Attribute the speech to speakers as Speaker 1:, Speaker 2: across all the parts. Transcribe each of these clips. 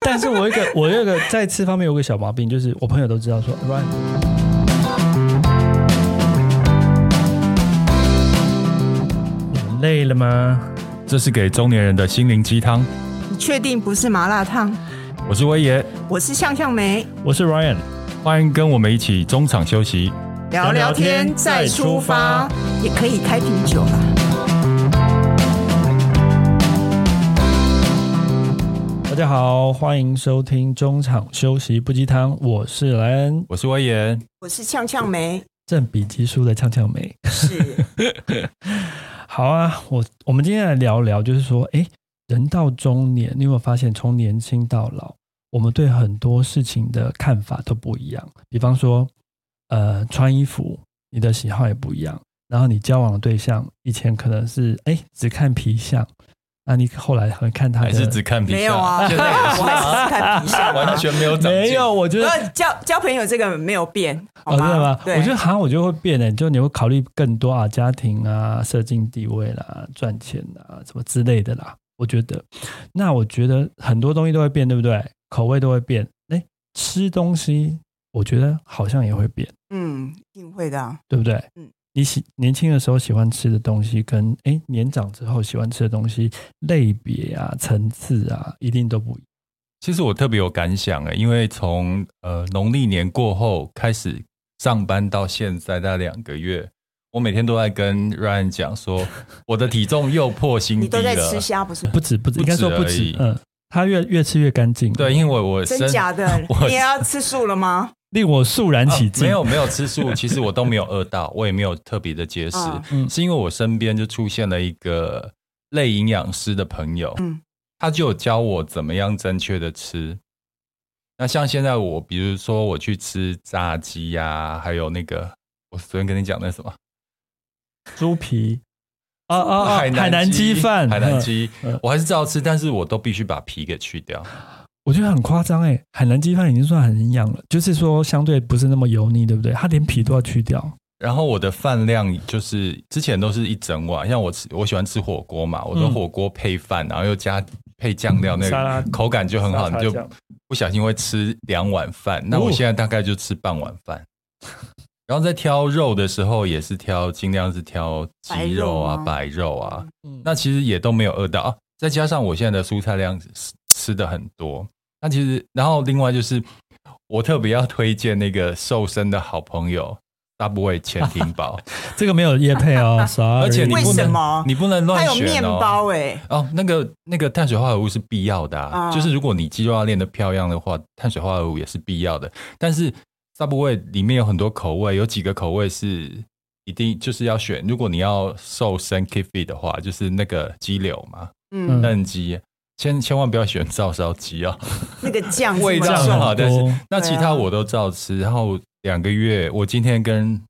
Speaker 1: 但是我有一 个我有一个在吃方面有个小毛病，就是我朋友都知道说 Ryan。你们累了吗？
Speaker 2: 这是给中年人的心灵鸡汤。
Speaker 3: 你确定不是麻辣烫？
Speaker 2: 我是威爷，
Speaker 3: 我是向向梅，
Speaker 1: 我是 Ryan，
Speaker 2: 欢迎跟我们一起中场休息。
Speaker 3: 聊聊天再出发，也可以开瓶酒啦。
Speaker 1: 大家好，欢迎收听中场休息不鸡汤，我是莱恩，
Speaker 2: 我是威爷，
Speaker 3: 我是向向梅，
Speaker 1: 正比基数的呛呛梅。
Speaker 3: 是
Speaker 1: 好啊，我我们今天来聊聊，就是说，诶，人到中年，你有没有发现，从年轻到老，我们对很多事情的看法都不一样。比方说，呃，穿衣服，你的喜好也不一样。然后你交往的对象，以前可能是诶，只看皮相，那你后来很看他的
Speaker 2: 还是只看皮
Speaker 3: 没有啊？
Speaker 2: 现
Speaker 3: 对
Speaker 2: 在
Speaker 3: 啊
Speaker 2: 也
Speaker 3: 我
Speaker 2: 是
Speaker 3: 还 只是看皮相、
Speaker 2: 完
Speaker 3: 啊。
Speaker 2: 全没有长进。
Speaker 1: 没有，，我觉得
Speaker 3: 呃，交交朋友这个没有变，好
Speaker 1: 哦，真的吗？
Speaker 3: 对，
Speaker 1: 我觉得好像我就会变的，就你会考虑更多啊，家庭啊、社经地位啦、赚钱啊什么之类的啦。我觉得，那我觉得很多东西都会变，对不对？口味都会变，哎，吃东西我觉得好像也会变，
Speaker 3: 嗯，一定会的啊、
Speaker 1: 对不对？
Speaker 3: 嗯，
Speaker 1: 你喜年轻的时候喜欢吃的东西，跟哎年长之后喜欢吃的东西类别啊、层次啊，一定都不一样。
Speaker 2: 其实我特别有感想诶，因为从呃农历年过后开始上班到现在大概两个月，我每天都在跟 Ryan 讲说，我的体重又破新
Speaker 3: 你
Speaker 2: 低
Speaker 3: 都在吃
Speaker 2: 了。
Speaker 3: 虾不是吗？
Speaker 1: 不止，不止，
Speaker 2: 不
Speaker 1: 应该说
Speaker 2: 止
Speaker 1: 不
Speaker 2: 而
Speaker 1: 止
Speaker 2: 已，
Speaker 1: 嗯，它越越吃越干净，
Speaker 2: 对，，因为我我
Speaker 3: 真
Speaker 2: 身
Speaker 3: 假的？
Speaker 2: 我
Speaker 3: 你也要吃素了吗？
Speaker 1: 令我肃然起敬。
Speaker 2: 啊
Speaker 1: 啊
Speaker 2: 没有没有 吃素，其实我都没有饿到，我也没有特别的节食，
Speaker 3: 嗯
Speaker 1: 嗯
Speaker 2: 是因为我身边就出现了一个类营养师的朋友，
Speaker 3: 嗯
Speaker 2: 他就有教我怎么样正确的吃。那像现在我，比如说我去吃炸鸡呀、还有那个我昨天跟你讲那什么
Speaker 1: 猪皮啊啊啊！海南鸡饭，
Speaker 2: 海南
Speaker 1: 嗯，
Speaker 2: 鸡
Speaker 1: 嗯，
Speaker 2: 我还是照吃，但是我都必须把皮给去掉。
Speaker 1: 我觉得很夸张哎，海南鸡饭已经算很营养了，就是说相对不是那么油腻，对不对？它连皮都要去掉，
Speaker 2: 然后我的饭量就是之前都是一整碗，像我吃我喜欢吃火锅嘛，我的
Speaker 1: 嗯
Speaker 2: 火锅配饭，然后又加配酱料，那
Speaker 1: 沙拉
Speaker 2: 个口感就很
Speaker 1: 沙
Speaker 2: 好，你
Speaker 1: 茶
Speaker 2: 就
Speaker 1: 酱
Speaker 2: 不小心会吃两碗饭。那
Speaker 1: 哦
Speaker 2: 我现在大概就吃半碗饭。然后在挑肉的时候，也是挑尽量是挑鸡肉啊、白
Speaker 3: 白
Speaker 2: 肉啊，
Speaker 1: 嗯
Speaker 2: 那其实也都没有饿到、啊。再加上我现在的蔬菜量吃吃的很多，那其实然后另外就是我特别要推荐那个瘦身的好朋友 Subway 潜 艇堡，
Speaker 1: 这个没有叶配 哦，sorry。
Speaker 2: 而且你
Speaker 3: 为
Speaker 2: 不
Speaker 3: 什
Speaker 2: 能
Speaker 3: 么
Speaker 2: 你不能
Speaker 3: 还
Speaker 2: 乱
Speaker 3: 啊有面
Speaker 2: 选哦。
Speaker 3: 包哎、
Speaker 2: 哦，那个那个碳水化合物是必要的、啊，
Speaker 3: 啊
Speaker 2: 就是如果你肌肉要练得漂亮的话，碳水化合物也是必要的。但是 Subway 里面有很多口味，有几个口味是一定就是要选。如果你要瘦身 keep fit 的话，就是那个鸡柳嘛，
Speaker 3: 嗯，
Speaker 2: 嫩鸡，千千万不要选照烧鸡哦。
Speaker 3: 那个酱是
Speaker 2: 味
Speaker 3: 不
Speaker 2: 道
Speaker 3: 是
Speaker 1: 这
Speaker 2: 很
Speaker 1: 样
Speaker 2: 好，
Speaker 1: 很
Speaker 2: 但是
Speaker 1: 多
Speaker 2: 那其
Speaker 3: 啊
Speaker 2: 他我都照吃。然后两个月，我今天跟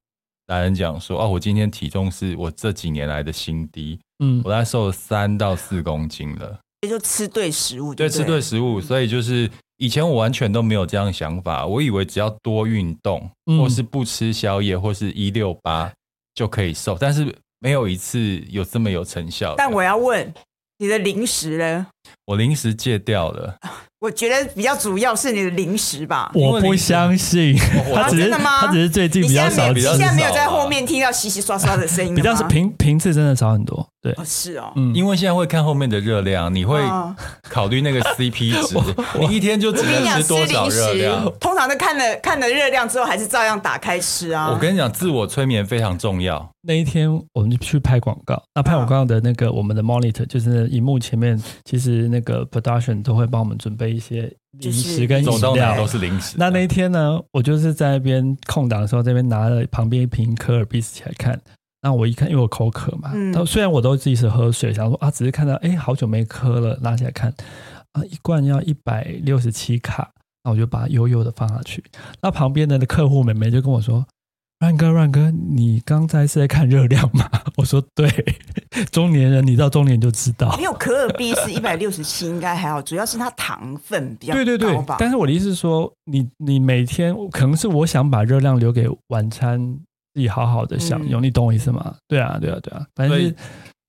Speaker 2: 男人讲说，哦，我今天体重是我这几年来的新低，
Speaker 1: 嗯
Speaker 2: 我大概瘦了三到四公斤了。
Speaker 3: 就吃对食物就
Speaker 2: 对，
Speaker 3: 了，
Speaker 2: 吃对食物，所以就是以前我完全都没有这样的想法，我以为只要多运动，
Speaker 1: 嗯
Speaker 2: 或是不吃宵夜，或是一六八就可以瘦，但是没有一次有这么有成效的。
Speaker 3: 但我要问你的零食呢？
Speaker 2: 我临时戒掉了，
Speaker 3: 我觉得比较主要是你的零食吧。
Speaker 1: 我不相信，
Speaker 2: 我
Speaker 1: 他只
Speaker 3: 啊真
Speaker 1: 是
Speaker 3: 的吗
Speaker 1: 他只是最近
Speaker 3: 你
Speaker 1: 比较
Speaker 3: 现在
Speaker 1: 少
Speaker 3: 没有，
Speaker 1: 吃
Speaker 3: 你
Speaker 2: 比较，
Speaker 3: 现在没有
Speaker 2: 少
Speaker 3: 在
Speaker 2: 啊
Speaker 3: 后面听到洗洗刷刷的声音了
Speaker 1: 比较
Speaker 3: 吗
Speaker 1: 是频频次真的少很多，对，
Speaker 3: 哦，是哦，
Speaker 1: 嗯，
Speaker 2: 因为现在会看后面的热量，你会
Speaker 3: 哦
Speaker 2: 考 虑那个 CP 值，你一天就只
Speaker 3: 跟
Speaker 2: 能
Speaker 3: 你讲
Speaker 2: 吃
Speaker 3: 吃
Speaker 2: 多少
Speaker 3: 零
Speaker 2: 热
Speaker 3: 食
Speaker 2: 量。，
Speaker 3: 通常都看了看了热量之后，还是照样打开吃啊。
Speaker 2: 我跟你讲，自我催眠非常重要。
Speaker 1: 那一天我们就去拍广告，那拍广告的那个我们的 monitor 就是荧幕前面，其实那个 production 都会帮我们准备一些零食跟
Speaker 2: 走
Speaker 1: 饮
Speaker 2: 到哪
Speaker 1: 料
Speaker 2: 都。是零食。啊
Speaker 1: 那那一天呢，我就是在那边空档的时候，这边拿了旁边一瓶可尔必斯起来看。那我一看，因为我口渴嘛，
Speaker 3: 嗯
Speaker 1: 他、虽然我都自己是喝水，想说啊，只是看到哎、好久没喝了，拿起来看啊，一罐要一百六十七卡，那我就把它悠悠的放下去。那旁边的客户妹妹就跟我说：“阮哥，阮哥，你刚才是在看热量吗？”我说：“对，中年人，你到中年就知道。”
Speaker 3: 没有可尔必是一百六十七，应该还好，主要是它糖分比较
Speaker 1: 对对对
Speaker 3: 高吧，。
Speaker 1: 但是我的意思是说，你你每天可能是我想把热量留给晚餐自己好好的享
Speaker 3: 嗯
Speaker 1: 用，你懂我意思吗？对啊，对啊，对啊，反正、
Speaker 2: 所
Speaker 1: 就
Speaker 2: 以
Speaker 1: 是、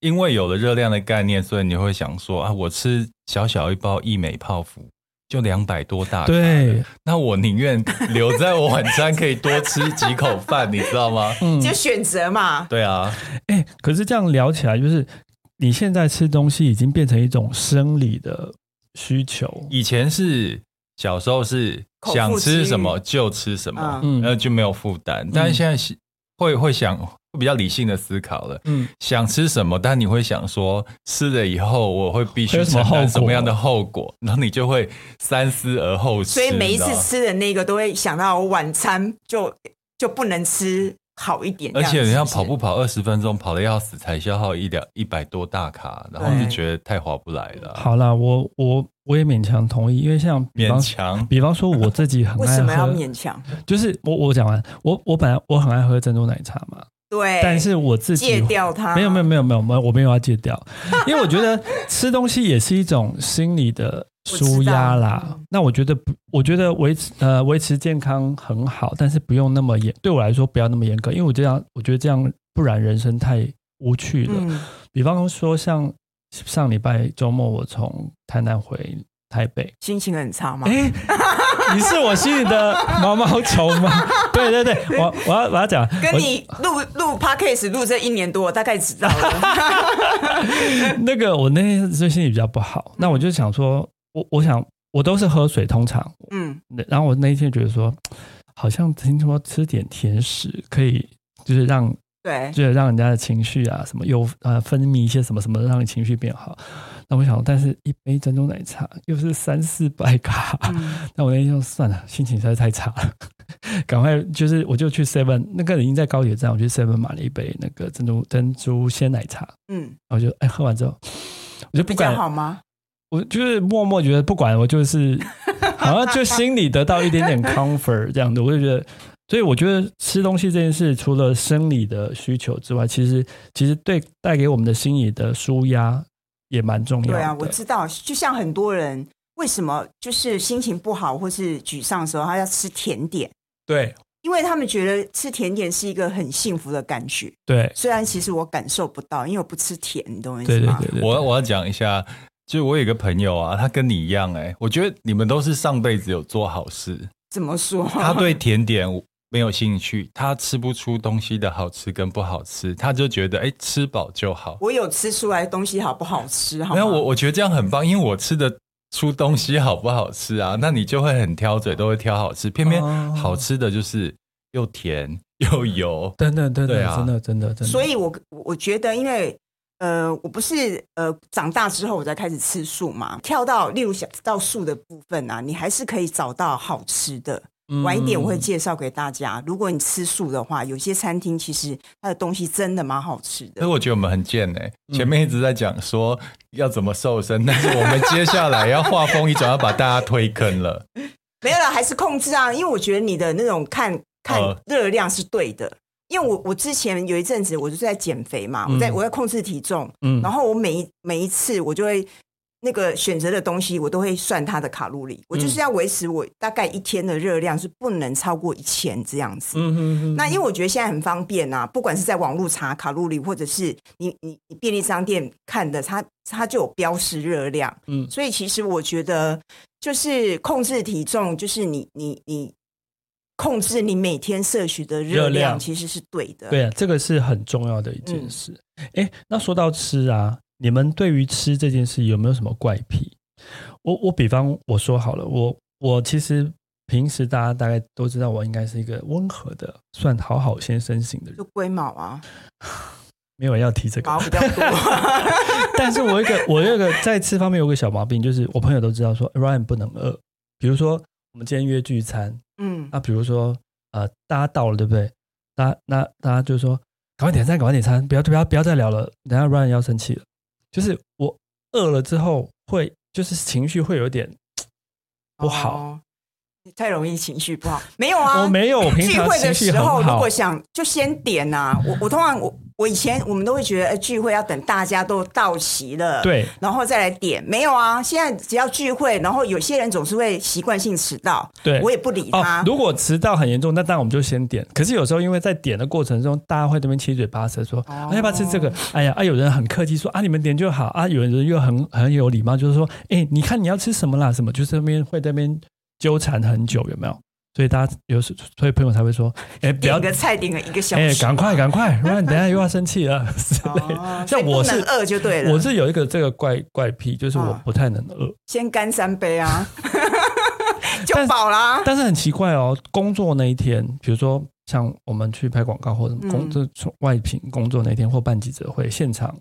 Speaker 2: 因为有了热量的概念，所以你会想说啊，我吃小小一包益美泡芙，就两百多大卡，
Speaker 1: 对，
Speaker 2: 那我宁愿留在我晚餐可以多吃几口饭，你知道吗？
Speaker 1: 嗯
Speaker 3: 就选择嘛，
Speaker 2: 对啊，
Speaker 1: 哎、可是这样聊起来，就是你现在吃东西已经变成一种生理的需求，
Speaker 2: 以前是小时候是
Speaker 3: 口腹
Speaker 2: 想
Speaker 3: 之欲
Speaker 2: 吃什么就吃什么，
Speaker 1: 嗯
Speaker 2: 然后就没有负担。但是现在是会会想会比较理性的思考了，
Speaker 1: 嗯，
Speaker 2: 想吃什么，但你会想说吃了以后我会必
Speaker 1: 会有
Speaker 2: 须
Speaker 1: 什么
Speaker 2: 承
Speaker 1: 后
Speaker 2: 担
Speaker 1: 果
Speaker 2: 什么样的后果，然后你就会三思而后行。
Speaker 3: 所以每一
Speaker 2: 你
Speaker 3: 次
Speaker 2: 知道吗
Speaker 3: 吃的那个都会想到我晚餐就就不能吃好一点这
Speaker 2: 而
Speaker 3: 样子，
Speaker 2: 且人
Speaker 3: 是
Speaker 2: 家
Speaker 3: 不是
Speaker 2: 跑步跑二十分钟，跑的要死，才消耗一两一百多大卡，然后
Speaker 3: 对
Speaker 2: 就觉得太划不来了，
Speaker 1: 好啦，我我我也勉强同意，因为像比
Speaker 2: 勉
Speaker 1: 方
Speaker 2: 强。
Speaker 1: 比方说我自己很
Speaker 3: 为
Speaker 1: 爱
Speaker 3: 什么要
Speaker 1: 喝，
Speaker 3: 勉强？
Speaker 1: 就是我我讲完，我我本来我很爱喝珍珠奶茶嘛，
Speaker 3: 对，
Speaker 1: 但是我自己
Speaker 3: 哎戒掉它，
Speaker 1: 没有没有没有没有没有，我没有要戒 掉，因为我觉得吃东西也是一种心理的舒压
Speaker 3: 我知
Speaker 1: 啦
Speaker 3: 道。
Speaker 1: 那我觉得不，我觉得维持呃维持健康很好，但是不用那么严，对我来说不要那么严格，因为我这样我觉得这样不然人生太无趣了。
Speaker 3: 嗯，
Speaker 1: 比方说像上礼拜周末我从台南回台 北，
Speaker 3: 心情很差嘛。
Speaker 1: 哎、你是我心里的毛毛虫 吗？对对对，我我要我要讲，
Speaker 3: 跟
Speaker 1: 我
Speaker 3: 你录录 podcast 录这一年多，我大概知道了。
Speaker 1: 那个我那天就心情比较不好，那我就想说，我我想我都是喝水，通常，
Speaker 3: 嗯，
Speaker 1: 然后我那一天觉得说，好像听说吃点甜食可以，就是让
Speaker 3: 对，
Speaker 1: 就是让人家的情绪啊什么又呃分泌一些什么什么，让你情绪变好。那我想，但是一杯珍珠奶茶又是三四百卡，
Speaker 3: 嗯
Speaker 1: 那我那天就算了，心情实在太差了，赶快就是我就去 Seven，那个已经在高铁站，我去 Seven 买了一杯那个珍珠珍珠鲜奶茶，
Speaker 3: 嗯，
Speaker 1: 然后就哎喝完之 后，我就不
Speaker 3: 比较
Speaker 1: 敢，
Speaker 3: 好吗？
Speaker 1: 我就是默默觉得不管我就是 好像就心里得到一点点 comfort 这样的，我就觉得，所以我觉得吃东西这件事，除了生理的需求之外，其实其实对带给我们的心理的舒压也蛮重要的。
Speaker 3: 对啊，我知道，就像很多人为什么就是心情不好或是沮丧的时候，他要吃甜点，
Speaker 1: 对
Speaker 3: 因为他们觉得吃甜点是一个很幸福的感觉。
Speaker 1: 对
Speaker 3: 虽然其实我感受不到，因为我不吃甜，你懂我意思
Speaker 1: 对对
Speaker 3: 吗？
Speaker 1: 对对，
Speaker 2: 我我要讲一下，就我有一个朋友啊，他跟你一样哎、我觉得你们都是上辈子有做好事。
Speaker 3: 怎么说？
Speaker 2: 他对甜点没有兴趣，他吃不出东西的好吃跟不好吃，他就觉得哎、吃饱就好。
Speaker 3: 我有吃出来东西好不好吃？好
Speaker 2: 没
Speaker 3: 吗
Speaker 2: 有我我觉得这样很棒，因为我吃的出东西好不好吃啊， 那你就会很挑嘴，都会挑好吃，偏偏
Speaker 1: 哦
Speaker 2: 好吃的就是又甜又油。
Speaker 1: 等等等等，
Speaker 2: 对啊
Speaker 1: 真的真的真的，
Speaker 3: 所以我我觉得，因为呃，我不是呃长大之后我才开始吃素嘛，跳到例如想到素的部分啊，你还是可以找到好吃的。晚一点我会
Speaker 1: 嗯
Speaker 3: 介绍给大家，如果你吃素的话，有些餐厅其实它的东西真的蛮好吃
Speaker 2: 所以
Speaker 3: 的。
Speaker 2: 我觉得我们很贱哎、
Speaker 1: 嗯
Speaker 2: 前面一直在讲说要怎么瘦身， 但是我们接下来要话锋一转，要把大家推坑了。
Speaker 3: 没有了，还是控制啊，因为我觉得你的那种看看
Speaker 1: 呃
Speaker 2: 哦
Speaker 3: 热量是对的。因为我我之前有一阵子我就是在减肥嘛，我在
Speaker 1: 嗯
Speaker 3: 我在控制体重，
Speaker 1: 嗯
Speaker 3: 然后我每一每一次我就会那个选择的东西，我都会算它的卡路里，我
Speaker 1: 嗯
Speaker 3: 就是要维持我大概一天的热量是不能超过一千这样子。
Speaker 1: 嗯哼哼，
Speaker 3: 那因为我觉得现在很方便啊，不管是在网络查卡路里，或者是你你你便利商店看的，它它就有标识热量，
Speaker 1: 嗯
Speaker 3: 所以其实我觉得就是控制体重，就是你你你控制你每天摄取的热
Speaker 1: 热量
Speaker 3: 量，其实是对的。嗯
Speaker 1: 对啊，这个是很重要的一件事。哎、那说到吃啊，你们对于吃这件事有没有什么怪癖？我我比方我说好了，我我其实平时大家大概都知道，我应该是一个温和的，算好好先生型的人，
Speaker 3: 就龟毛啊，
Speaker 1: 没有人要提这个
Speaker 3: 毛。比较多，
Speaker 1: 但是我有一个我有一个在吃方面有个小毛病，就是我朋友都知道说 Ryan 不能饿，比如说我们今天约聚餐，
Speaker 3: 嗯，
Speaker 1: 那比如说呃，大家到了，对不对？那那大家就说赶快点餐，赶快点餐，不要不要不要再聊了，等下 Ryan 要生气了。就是我饿了之后会，就是情绪会有点不好。
Speaker 3: 哦，你太容易情绪不好。没有 啊，
Speaker 1: 我没有，我平
Speaker 3: 聚
Speaker 1: 常
Speaker 3: 会
Speaker 1: 情
Speaker 3: 的
Speaker 1: 绪
Speaker 3: 时
Speaker 1: 很
Speaker 3: 候，如
Speaker 1: 好
Speaker 3: 果。想就先点呐、啊。我我通常我我以前我们都会觉得，哎、聚会要等大家都到齐了，，
Speaker 1: 对，
Speaker 3: 然后再来点。没有啊，现在只要聚会，然后有些人总是会习惯性迟到，
Speaker 1: 对
Speaker 3: 我也不理他。
Speaker 1: 哦，如果迟到很严重，那当然我们就先点。可是有时候因为在点的过程中，大家会这边七嘴八舌说，
Speaker 3: 哦
Speaker 1: 啊、要不要吃这个？哎呀，啊，有人很客气说啊，你们点就好啊，有人又很很有礼貌，就是说，哎，你看你要吃什么啦，什么，就是那边会在那边纠缠很久，有没有？所以大家有时，所以朋友才会说，哎，不要
Speaker 3: 点，个菜，点个一个小
Speaker 1: 哎，
Speaker 3: 时，
Speaker 1: 赶快赶快，不然等一下又要生气了之类的。
Speaker 3: 哦，
Speaker 1: 像我
Speaker 3: 所以
Speaker 1: 是
Speaker 3: 不能饿就对 了，
Speaker 1: 我是有一个这个怪怪癖，就是我
Speaker 3: 嗯
Speaker 1: 不太能饿。
Speaker 3: 先干三杯 啊，就
Speaker 1: 但是
Speaker 3: 饱 啦。
Speaker 1: 但是很奇怪哦，工作那一天，比如说像我们去拍广告或者什么工
Speaker 3: 嗯
Speaker 1: 作、从外勤工作那天或办记者会现场，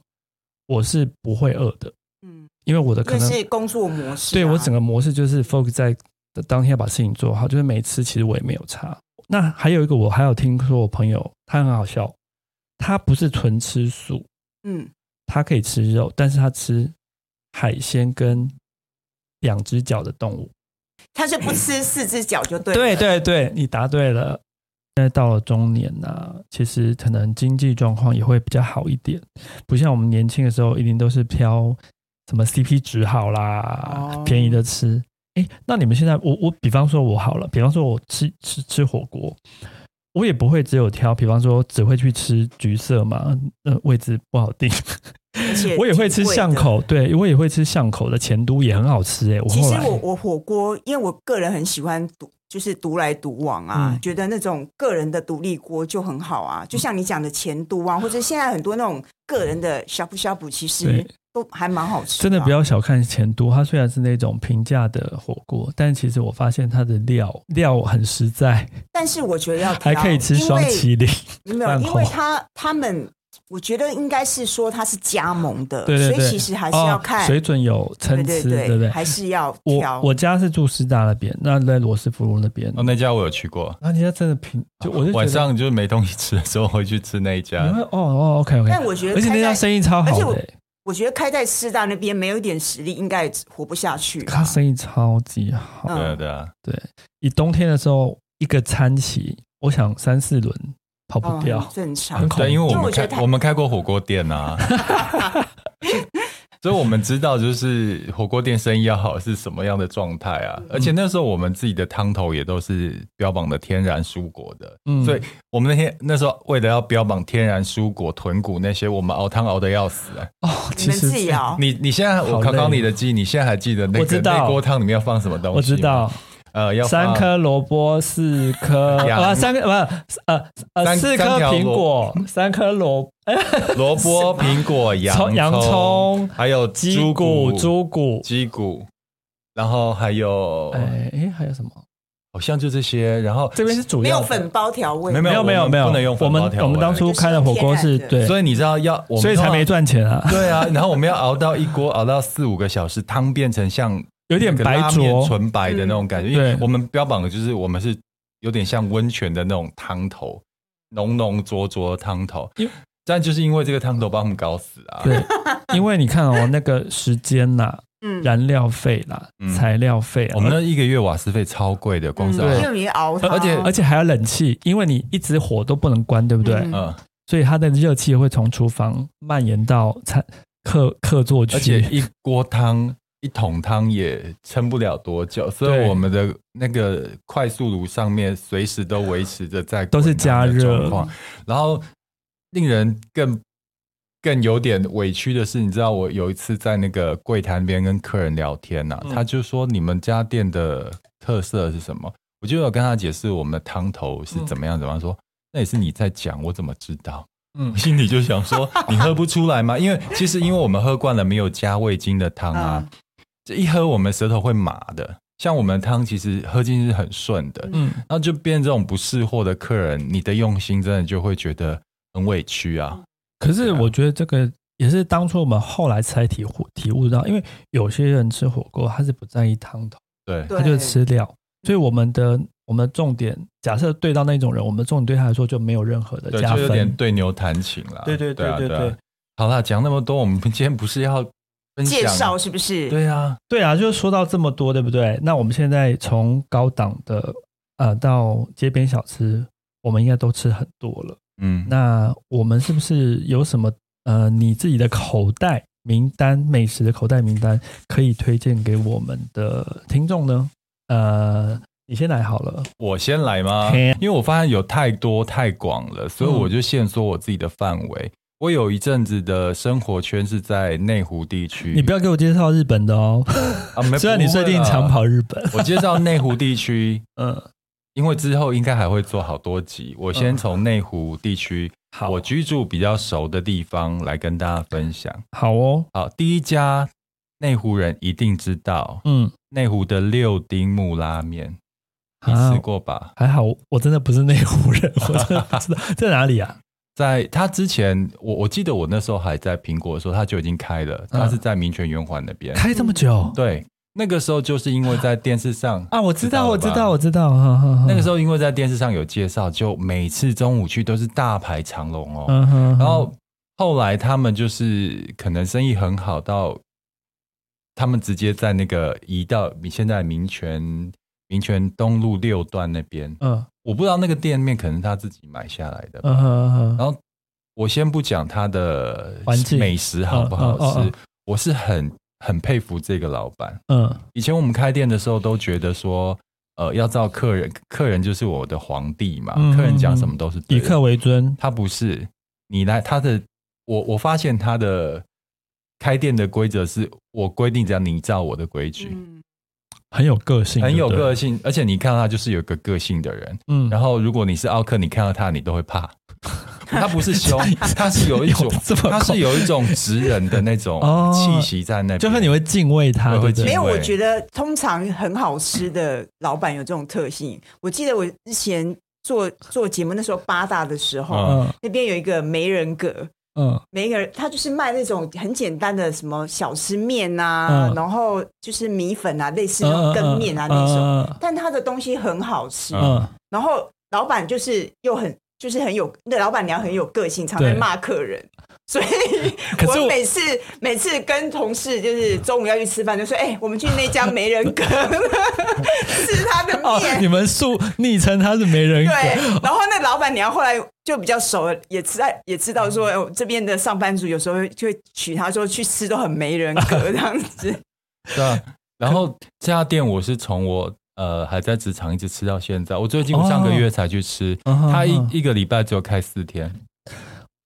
Speaker 1: 我是不会饿的，
Speaker 3: 嗯，
Speaker 1: 因为我的可
Speaker 3: 这
Speaker 1: 能
Speaker 3: 是工作模式、啊。
Speaker 1: 对我整个模式就是 focus 在当天要把事情做好，就是没吃，其实我也没有差。那还有一个，我还有听说我朋友他很好笑，他不是纯吃素，
Speaker 3: 嗯，
Speaker 1: 他可以吃肉，但是他吃海鲜跟两只脚的动物。
Speaker 3: 他是不吃四只脚就对了。
Speaker 1: 对对对，你答对了。现在到了中年呐、其实可能经济状况也会比较好一点，不像我们年轻的时候，一定都是挑什么 CP 值好啦，
Speaker 3: 哦
Speaker 1: 便宜的吃。哎，那你们现在，我我比方说我好了，比方说我吃吃吃火锅，我也不会只有挑，比方说只会去吃橘色嘛，呃，位置不好定。
Speaker 3: 而且
Speaker 1: 我也会吃
Speaker 3: 挺贵的
Speaker 1: 巷。口，对我也会吃巷口的前都也很好吃哎、我
Speaker 3: 其
Speaker 1: 后
Speaker 3: 实
Speaker 1: 来
Speaker 3: 我我火锅，因为我个人很喜欢独，就是独来独往啊，
Speaker 1: 嗯
Speaker 3: 觉得那种个人的独立锅就很好啊。就像你讲的前都啊，或者现在很多那种个人的呷哺呷哺，其实
Speaker 1: 对
Speaker 3: 都还蛮好吃、啊。
Speaker 1: 真的不要小看前都，它虽然是那种平价的火锅，但其实我发现它的料料很实在，
Speaker 3: 但是我觉得要
Speaker 1: 还可以吃双
Speaker 3: 旗，
Speaker 1: 麒麟。
Speaker 3: 没有，
Speaker 1: 饭
Speaker 3: 因为
Speaker 1: 后
Speaker 3: 他他们，我觉得应该是说他是加盟的，
Speaker 1: 对对对，
Speaker 3: 所以其实还是要
Speaker 1: 哦、
Speaker 3: 看，
Speaker 1: 水准有参
Speaker 3: 对
Speaker 1: 差，
Speaker 3: 对
Speaker 1: 对不对？
Speaker 3: 还是要挑。
Speaker 1: 我我家是住师大那边，那在罗斯福路那边，
Speaker 3: 嗯
Speaker 2: 哦，那家我有去过，
Speaker 1: 那人家真的平，
Speaker 3: 哦
Speaker 1: 就我就觉得
Speaker 2: 晚上就是没东西吃的时候会去吃那一
Speaker 1: 你会
Speaker 2: 家。
Speaker 1: 哦哦，OK OK，
Speaker 3: 啊但我觉得
Speaker 1: 而且那
Speaker 3: 开
Speaker 1: 家
Speaker 3: 在
Speaker 1: 生意超好
Speaker 3: 而且
Speaker 1: 的、
Speaker 3: 我
Speaker 1: 欸，
Speaker 3: 我觉得开在师大那边没有一点实力，应该也活不下去吧。
Speaker 1: 他生意超级好。
Speaker 3: 嗯
Speaker 2: 对啊对啊，
Speaker 1: 以冬天的时候，一个餐席，我想三四轮跑不
Speaker 3: 哦
Speaker 1: 掉。
Speaker 3: 很正常
Speaker 1: 很。恐
Speaker 2: 对，因为我
Speaker 3: 因为我
Speaker 2: 们
Speaker 3: 觉得
Speaker 2: 开
Speaker 3: 它
Speaker 2: 我们开过火锅店啊， 所以我们知道就是火锅店生意要好是什么样的状态
Speaker 3: 嗯
Speaker 2: 啊。而且那时候我们自己的汤头也都是标榜的天然蔬果的，
Speaker 1: 嗯
Speaker 2: 所以我们那天那时候为了要标榜天然蔬果、豚骨那些，我们熬汤熬的要死、啊。
Speaker 1: 哦，
Speaker 3: 你
Speaker 1: 其
Speaker 3: 们
Speaker 1: 实
Speaker 3: 自己熬，
Speaker 2: 你你现在我
Speaker 1: 好
Speaker 2: 考考
Speaker 1: 累
Speaker 2: 你的记忆，你现在还记得那
Speaker 1: 我
Speaker 2: 个
Speaker 1: 知道
Speaker 2: 那锅汤里面要放什么东西？
Speaker 1: 我知道，，
Speaker 2: 呃，要
Speaker 1: 三
Speaker 2: 放
Speaker 1: 颗萝卜，四颗
Speaker 2: 洋
Speaker 1: 啊，三个不呃呃，
Speaker 2: 三
Speaker 1: 四颗
Speaker 2: 三条
Speaker 1: 苹果，三颗萝哎
Speaker 2: 萝卜、苹果、
Speaker 1: 葱洋
Speaker 2: 洋
Speaker 1: 葱
Speaker 2: 还有
Speaker 1: 鸡
Speaker 2: 猪
Speaker 1: 骨、
Speaker 2: 骨、
Speaker 1: 猪骨，
Speaker 2: 鸡骨，然后还有
Speaker 1: 哎哎，还有什么？
Speaker 2: 好像就这些，然后
Speaker 1: 这边是主
Speaker 3: 没
Speaker 1: 要
Speaker 3: 有
Speaker 1: 的
Speaker 3: 粉包调味，
Speaker 2: 没有
Speaker 1: 没有没有
Speaker 2: 我们
Speaker 1: 没有，
Speaker 2: 不能用粉
Speaker 1: 我
Speaker 2: 包
Speaker 1: 们
Speaker 2: 调
Speaker 1: 我们
Speaker 2: 味
Speaker 1: 当初开的火锅是
Speaker 3: 就是天
Speaker 1: 对，
Speaker 2: 所以你知道要我们
Speaker 1: 所以才没
Speaker 2: 通
Speaker 1: 赚钱啊
Speaker 2: 常。， 对啊，然后我们要熬到一锅，熬到四五个小时，汤变成像
Speaker 1: 有点
Speaker 2: 那个拉
Speaker 1: 白
Speaker 2: 面
Speaker 1: 灼，
Speaker 2: 纯白的那种感觉。因
Speaker 1: 对
Speaker 2: 为我们标榜的就是我们是有点像温泉的那种汤头，浓浓浊浊的汤头
Speaker 1: 因为。
Speaker 2: 但就是因为这个汤头把我们搞死 啊！
Speaker 1: 对，因为你看哦，那个时间啦、
Speaker 3: 嗯，
Speaker 1: 燃料费啦、
Speaker 2: 嗯
Speaker 1: 材料费啊，
Speaker 2: 我们那一个月瓦斯费超贵的，光是
Speaker 3: 嗯
Speaker 2: 熬
Speaker 1: 对
Speaker 3: 因为你熬汤，
Speaker 2: 而且
Speaker 1: 而且还有冷气，因为你一直火都不能关，对不对？
Speaker 3: 嗯
Speaker 2: 嗯，
Speaker 1: 所以它的热气会从厨房蔓延到餐客客座区，
Speaker 2: 而且一锅汤、一桶汤也撑不了多久，所
Speaker 1: 对
Speaker 2: 以我们的那个快速炉上面随时都维持着在
Speaker 1: 都是
Speaker 2: 滚烫
Speaker 1: 加
Speaker 2: 的
Speaker 1: 热
Speaker 2: 状况，然后令人更更有点委屈的是，你知道我有一次在那个柜台那边跟客人聊天呐、
Speaker 1: 嗯
Speaker 2: 他就说你们家店的特色是什么？我就有跟他解释我们的汤头是怎么样怎么样，说那也是你在讲，我怎么知道？
Speaker 1: 嗯
Speaker 2: 我心里就想说，你喝不出来吗？因为其实因为我们喝惯了没有加味精的汤
Speaker 1: 嗯
Speaker 2: 啊，
Speaker 3: 嗯
Speaker 2: 这一喝我们舌头会麻的。像我们的汤其实喝进去是很顺的，
Speaker 1: 嗯。
Speaker 2: 然后就变这种不识货的客人，你的用心真的就会觉得很委屈
Speaker 1: 嗯
Speaker 2: 啊。
Speaker 1: 可是
Speaker 2: 对啊
Speaker 1: 我觉得这个也是当初我们后来才体悟体悟到，因为有些人吃火锅他是不在意汤头，
Speaker 2: 对，
Speaker 3: 对
Speaker 1: 他就吃料，所以我们的我们的重点假设对到那种人，我们重点对他来说就没有任何的
Speaker 2: 对，
Speaker 1: 加
Speaker 2: 就有点
Speaker 1: 分。
Speaker 2: 对牛弹琴啦。
Speaker 1: 对对对
Speaker 2: 啊
Speaker 1: 对
Speaker 2: 对
Speaker 1: 对
Speaker 2: 啊。好啦，讲那么多，我们今天不是要分享
Speaker 3: 介绍？是不是？嗯
Speaker 2: 对啊，
Speaker 1: 对啊，就说到这么多，对不对？那我们现在从高档的呃到街边小吃，我们应该都吃很多了。
Speaker 2: 嗯，
Speaker 1: 那我们是不是有什么呃你自己的口袋名单、美食的口袋名单可以推荐给我们的听众呢？呃，你先来好了。
Speaker 2: 我先来吗？
Speaker 1: 嘿嗯
Speaker 2: 因为我发现有太多太广了，所以我就限缩我自己的范围。我有一阵子的生活圈是在内湖地区，
Speaker 1: 你不要给我介绍日本的哦，
Speaker 2: 啊，没
Speaker 1: 虽然你最近常，跑日本，
Speaker 2: 不会啦我介绍内湖地区，
Speaker 1: 嗯，
Speaker 2: 因为之后应该还会做好多集。我先从内湖地区、
Speaker 1: 嗯好
Speaker 2: 我居住比较熟的地方来跟大家分享。
Speaker 1: 好哦，
Speaker 2: 好，第一家内湖人一定知道，
Speaker 1: 嗯，
Speaker 2: 内湖的六丁目拉面，你
Speaker 1: 啊
Speaker 2: 吃过吧？
Speaker 1: 还好，我真的不是内湖 人，我真的不知道在哪里啊。
Speaker 2: 在他之前，我我记得我那时候还在苹果的时候，他就已经开了，他是在民权圆环那边。
Speaker 1: 嗯开这么久
Speaker 2: 对，那个时候就是因为在电视上
Speaker 1: 啊？我知道，我知道，我
Speaker 2: 知
Speaker 1: 知道，哈哈哈
Speaker 2: 吧那个时候因为在电视上有介绍，就每次中午去都是大排长龙哦。
Speaker 1: 嗯哼，
Speaker 2: 然后后来他们就是可能生意很好到，他们直接在那个移到现在民权民权东路六段那边，
Speaker 1: 嗯
Speaker 2: 我不知道那个店面可能他自己买下来的吧。
Speaker 1: 嗯哼嗯
Speaker 2: 然
Speaker 1: 哼，
Speaker 2: 后我先不讲它的
Speaker 1: 环境
Speaker 2: 美食好不好吃，
Speaker 1: 嗯嗯嗯嗯
Speaker 2: 我是很很佩服这个老板。
Speaker 1: 嗯
Speaker 2: 以前我们开店的时候都觉得说，呃，要照客人，客人就是我的皇帝嘛，
Speaker 1: 嗯
Speaker 2: 客人讲什么都是对
Speaker 1: 以
Speaker 2: 的
Speaker 1: 客为尊，
Speaker 2: 他不是你来他的，我我发现他的开店的规则是我规定，只要你照我的规矩，
Speaker 3: 嗯，
Speaker 1: 很有个性，
Speaker 2: 很有
Speaker 1: 对不对
Speaker 2: 个，性，而且你看到他就是有个个性的人。
Speaker 1: 嗯，
Speaker 2: 然
Speaker 1: 后
Speaker 2: 后，如果你是奥克，你看到他，你都会怕。他不 是凶，他是有一种，
Speaker 1: 这么
Speaker 2: 他
Speaker 1: 恐
Speaker 2: 是有一种直人的那种
Speaker 1: 哦
Speaker 2: 气息在那边，
Speaker 1: 就是你会敬畏他，
Speaker 2: 我
Speaker 1: 对
Speaker 2: 会
Speaker 1: 不对
Speaker 3: 没有，
Speaker 2: 因为
Speaker 3: 我觉得通常很好吃的老板有这种特性。我记得我之前做做节目那时候八大的时候，
Speaker 2: 嗯
Speaker 1: 嗯
Speaker 3: 那边有一个媒人阁，
Speaker 1: 嗯
Speaker 3: 媒人他就是卖那种很简单的什么小吃面啊，
Speaker 1: 嗯
Speaker 3: 然后就是米粉啊，类似那种羹面啊那种，
Speaker 1: 种，
Speaker 3: 但他的东西很好吃，
Speaker 1: 嗯
Speaker 3: 然后老板就是又很就是很有那老板娘很有个性，常在
Speaker 1: 对
Speaker 3: 骂客人，所以
Speaker 1: 可是
Speaker 3: 我
Speaker 1: 我
Speaker 3: 每次每次跟同事就是中午要去吃饭，就说哎、我们去那家没人羹 吃他的
Speaker 1: 哦，
Speaker 3: 面。
Speaker 1: 你们素昵称他是没人格，
Speaker 3: 对，然后那老板娘后来就比较熟了，也知道也知道说，哦这边的上班族有时候就会娶她说去吃都很没人格这样子。
Speaker 2: 对啊。然后这家店我是从我呃还在职场一直吃到现在，我最近我上个月才去吃，
Speaker 1: 哦嗯哼
Speaker 2: 他一
Speaker 1: 嗯
Speaker 2: 一个礼拜只有开四天，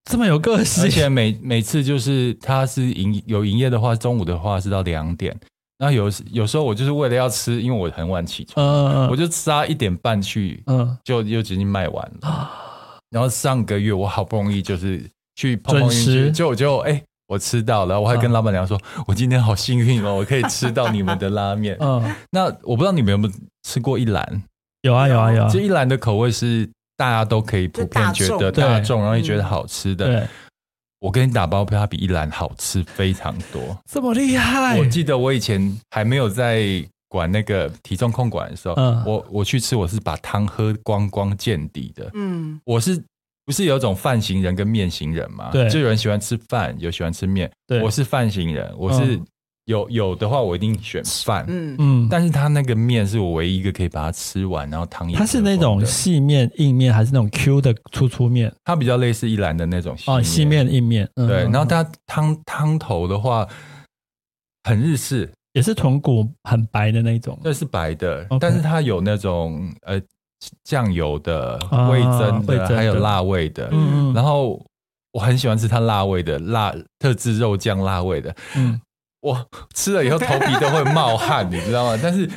Speaker 1: 这么有个性
Speaker 2: 而，且每每次就是他是营有营业的话，中午的话是到两点，然后有时有时候我就是为了要吃，因为我很晚起床，
Speaker 1: 嗯
Speaker 2: 我就吃到一点半去，
Speaker 1: 嗯
Speaker 2: 就又已经卖完 了。然后上个月我好不容易就是去碰碰
Speaker 1: 准
Speaker 2: 运
Speaker 1: 时嗯
Speaker 2: 气，就就哎、我吃到了，我还跟老板娘说，我今天好幸运哦，我可以吃到你们的拉面。
Speaker 1: 嗯，
Speaker 2: 那我不知道你们有没有吃过一兰？
Speaker 1: 有啊有啊有啊
Speaker 2: 这，一兰的口味是大家都可以普遍觉
Speaker 3: 就大众
Speaker 2: 得大众，然后也
Speaker 3: 对
Speaker 2: 觉得好吃的。
Speaker 1: 嗯对，
Speaker 2: 我跟你打包票，它比一兰好吃非常多。
Speaker 1: 这么厉害
Speaker 2: 我，记得我以前还没有在管那个体重控管的时候，
Speaker 1: 嗯
Speaker 2: 我我去吃，我是把汤喝光光见底的。
Speaker 3: 嗯，
Speaker 2: 我是不是有一种饭型人跟面型人嘛？
Speaker 1: 对
Speaker 2: 就有人喜欢吃饭，有喜欢吃面。
Speaker 1: 对
Speaker 2: 我是饭型人，我是
Speaker 1: 嗯
Speaker 2: 有有的话，我一定选饭。
Speaker 3: 嗯，
Speaker 1: 嗯，
Speaker 2: 但是他那个面是我唯一一个可以把它吃完，然后汤也
Speaker 1: 它是那
Speaker 2: 喝光
Speaker 1: 种
Speaker 2: 的
Speaker 1: 细面硬面还是那种 Q 的粗粗面
Speaker 2: 它比较类似一兰的那种细
Speaker 1: 哦，细面硬面，嗯
Speaker 2: 对，
Speaker 1: 嗯
Speaker 2: 然后
Speaker 1: 嗯
Speaker 2: 它汤汤头的话很日式，
Speaker 1: 也是豚骨很白的那种，
Speaker 2: 那是白的
Speaker 1: OK
Speaker 2: 但是它有那种呃酱油的、
Speaker 1: 啊
Speaker 2: 味增
Speaker 1: 味
Speaker 2: 的，
Speaker 1: 增的
Speaker 2: 还有辣味的。
Speaker 1: 嗯嗯，
Speaker 2: 然
Speaker 1: 后
Speaker 2: 后我很喜欢吃它辣味的辣特制肉酱辣味的，
Speaker 1: 嗯
Speaker 2: 我吃了以后头皮都会冒汗，你知道吗？但是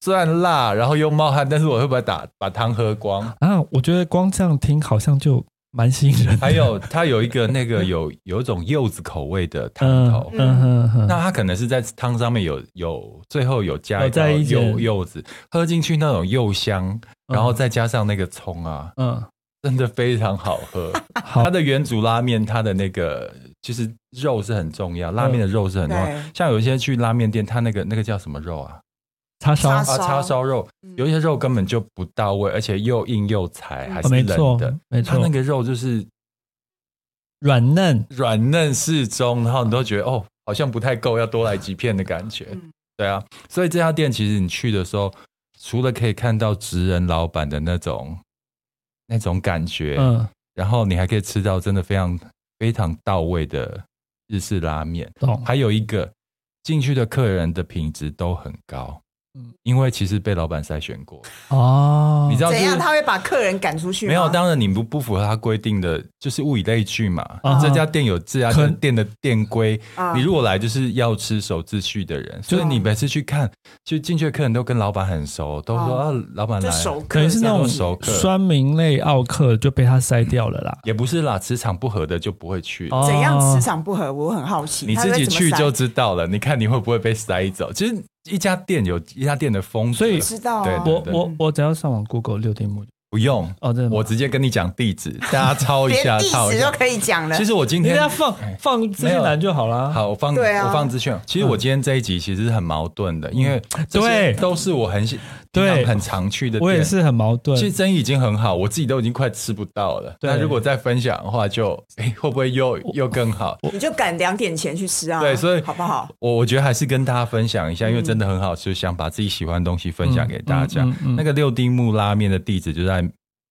Speaker 2: 虽然辣，然后又冒汗，但是我会把打把汤喝光。
Speaker 1: 啊，我觉得光这样听好像就蛮吸引人的，
Speaker 2: 还 有它有一个那个有有一种柚子口味的汤
Speaker 1: 嗯
Speaker 2: 头，
Speaker 1: 嗯嗯嗯，
Speaker 2: 那它可能是在汤上面有有最后有加
Speaker 1: 有
Speaker 2: 一道
Speaker 1: 在一点
Speaker 2: 柚柚子，喝进去那种柚香，然后再加上那个葱啊，
Speaker 1: 嗯
Speaker 2: 真的非常好喝。
Speaker 1: 好
Speaker 2: 它的原煮拉面，它的那个就是肉是很重要，拉面的肉是很重要。
Speaker 3: 嗯对
Speaker 2: 像有一些去拉面店，它那个那个叫什么肉啊？
Speaker 1: 叉烧
Speaker 3: 叉
Speaker 2: 啊，叉烧肉，
Speaker 3: 嗯
Speaker 2: 有一些肉根本就不到位，而且又硬又柴，还
Speaker 1: 哦
Speaker 2: 是
Speaker 1: 没
Speaker 2: 冷
Speaker 1: 错
Speaker 2: 的。
Speaker 1: 没
Speaker 2: 它
Speaker 1: 错
Speaker 2: 那，个肉就是
Speaker 1: 软嫩，
Speaker 2: 软嫩适中，然后你都觉得哦，好像不太够，要多来几片的感觉。
Speaker 3: 嗯
Speaker 2: 对啊，所以这家店其实你去的时候，除了可以看到职人老板的那种那种感觉，
Speaker 1: 嗯
Speaker 2: 然后你还可以吃到真的非常非常到位的日式拉面。
Speaker 1: 懂？
Speaker 2: 还有一个进去的客人的品质都很高，
Speaker 1: 嗯
Speaker 2: 嗯，因为其实被老板筛选过，
Speaker 1: 哦，
Speaker 2: 你知道就
Speaker 3: 怎
Speaker 2: 是
Speaker 3: 样？他会把客人赶出去吗？
Speaker 2: 没有，当然你不不符合他规定的，就是物以类聚嘛。
Speaker 1: 啊
Speaker 2: 这家店有这家
Speaker 1: 可
Speaker 2: 店的店规，
Speaker 3: 啊
Speaker 2: 你如果来就是要吃守秩序的人，
Speaker 1: 啊
Speaker 2: 所以你每次去看，就进去的客人都跟老板很熟，都说啊，老板
Speaker 3: 哦就
Speaker 2: 来，
Speaker 3: 熟客，
Speaker 1: 可能是那种
Speaker 2: 叫做熟客
Speaker 1: 酸民类奥克就被他筛掉了啦。
Speaker 2: 也不是啦，磁场不合的就不会去。
Speaker 1: 哦
Speaker 3: 怎样磁场不合，我很好奇。
Speaker 2: 你
Speaker 3: 他
Speaker 2: 自
Speaker 3: 会
Speaker 2: 己
Speaker 3: 怎么
Speaker 2: 去
Speaker 3: 塞
Speaker 2: 就知道了，你看你会不会被塞走？其实一家店有一家店的风格，
Speaker 1: 所以
Speaker 3: 我知道啊
Speaker 2: 对对
Speaker 1: 我
Speaker 2: 对
Speaker 1: 我我只要上网 Google 六天目
Speaker 2: 不用，
Speaker 1: 哦，真的吗
Speaker 2: 我直接跟你讲 地址，大家抄一
Speaker 3: 连
Speaker 2: 下，
Speaker 3: 地
Speaker 2: 抄一
Speaker 3: 址都
Speaker 2: 下。
Speaker 3: 可以讲了
Speaker 2: 其。实我今
Speaker 1: 你给
Speaker 2: 天
Speaker 1: 他放放资讯栏就好啦。，
Speaker 2: 好，我放
Speaker 3: 对啊
Speaker 2: 我放资讯。其实我今天这一集其实是很矛盾的，因为这些
Speaker 1: 嗯对
Speaker 2: 都是我很喜
Speaker 1: 对
Speaker 2: 平常很常去的店。
Speaker 1: 我也，是很矛盾
Speaker 2: 其。实生意已经很好，我自己都已经快吃不到了。
Speaker 1: 对
Speaker 2: 那如果再分享的话就，哎会不会又又更好？
Speaker 3: 你就赶两点前去吃啊，
Speaker 2: 对所以
Speaker 3: 好不好？
Speaker 2: 我我觉得还是跟大家分享一下，因为真的很好吃，想把自己喜欢的东西分享给大家。
Speaker 1: 嗯嗯嗯嗯
Speaker 2: 那个六丁目拉面的地址就在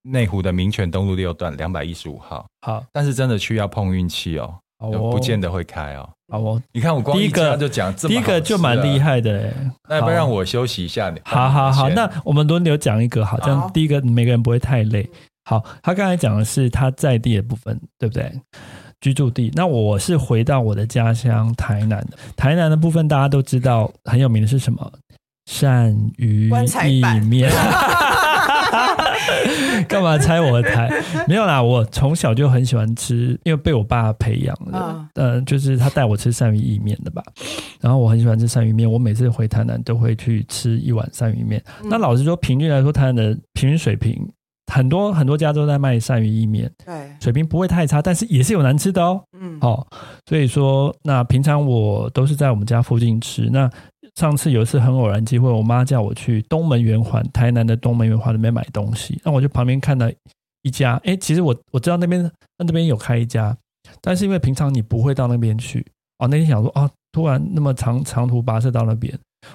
Speaker 2: 内湖的民权东路六段两百一十五号，
Speaker 1: 好，
Speaker 2: 但是真的去要碰运气哦，
Speaker 1: 好
Speaker 2: 就
Speaker 1: 哦，
Speaker 2: 不见得会开哦。
Speaker 1: 好哦，
Speaker 2: 你看我光
Speaker 1: 第一个
Speaker 2: 家就讲这么
Speaker 1: 第一
Speaker 2: 好啊
Speaker 1: 个
Speaker 2: 吃
Speaker 1: 就蛮
Speaker 2: 了
Speaker 1: 厉害的嘞。
Speaker 2: 那要不
Speaker 1: 好
Speaker 2: 要让我休息一下？你
Speaker 1: 好好好，
Speaker 2: 先
Speaker 1: 那我们轮流讲一个，好，这
Speaker 3: 好
Speaker 1: 样第一个每个人不会太累。好，他刚才讲的是他在地的部分，对不对？居住地。那我是回到我的家乡台南的，台南的部分大家都知道很有名的是什么？鳝鱼
Speaker 3: 棺材
Speaker 1: 意
Speaker 3: 板
Speaker 1: 面。 干嘛拆我的台？没有啦，我从小就很喜欢吃，因为被我爸培养的。
Speaker 3: 嗯
Speaker 1: 呃，就是他带我吃鳝鱼意面的吧。然后我很喜欢吃鳝鱼面，我每次回台南都会去吃一碗鳝鱼面。
Speaker 3: 嗯
Speaker 1: 那老实说，平均来说，台南的平均水平，很多很多家都在卖鳝鱼意面，
Speaker 3: 对，
Speaker 1: 水平不会太差，但是也是有难吃的哦。
Speaker 3: 嗯，
Speaker 1: 哦，所以说，那平常我都是在我们家附近吃。那上次有一次很偶然机会，我妈叫我去东门圆环，台南的东门圆环那边买东西，那我就旁边看到一家，哎，其实我我知道那边那那边有开一家，但是因为平常你不会到那边去，哦，那天想说，哦，突然那么长长途跋涉到那边，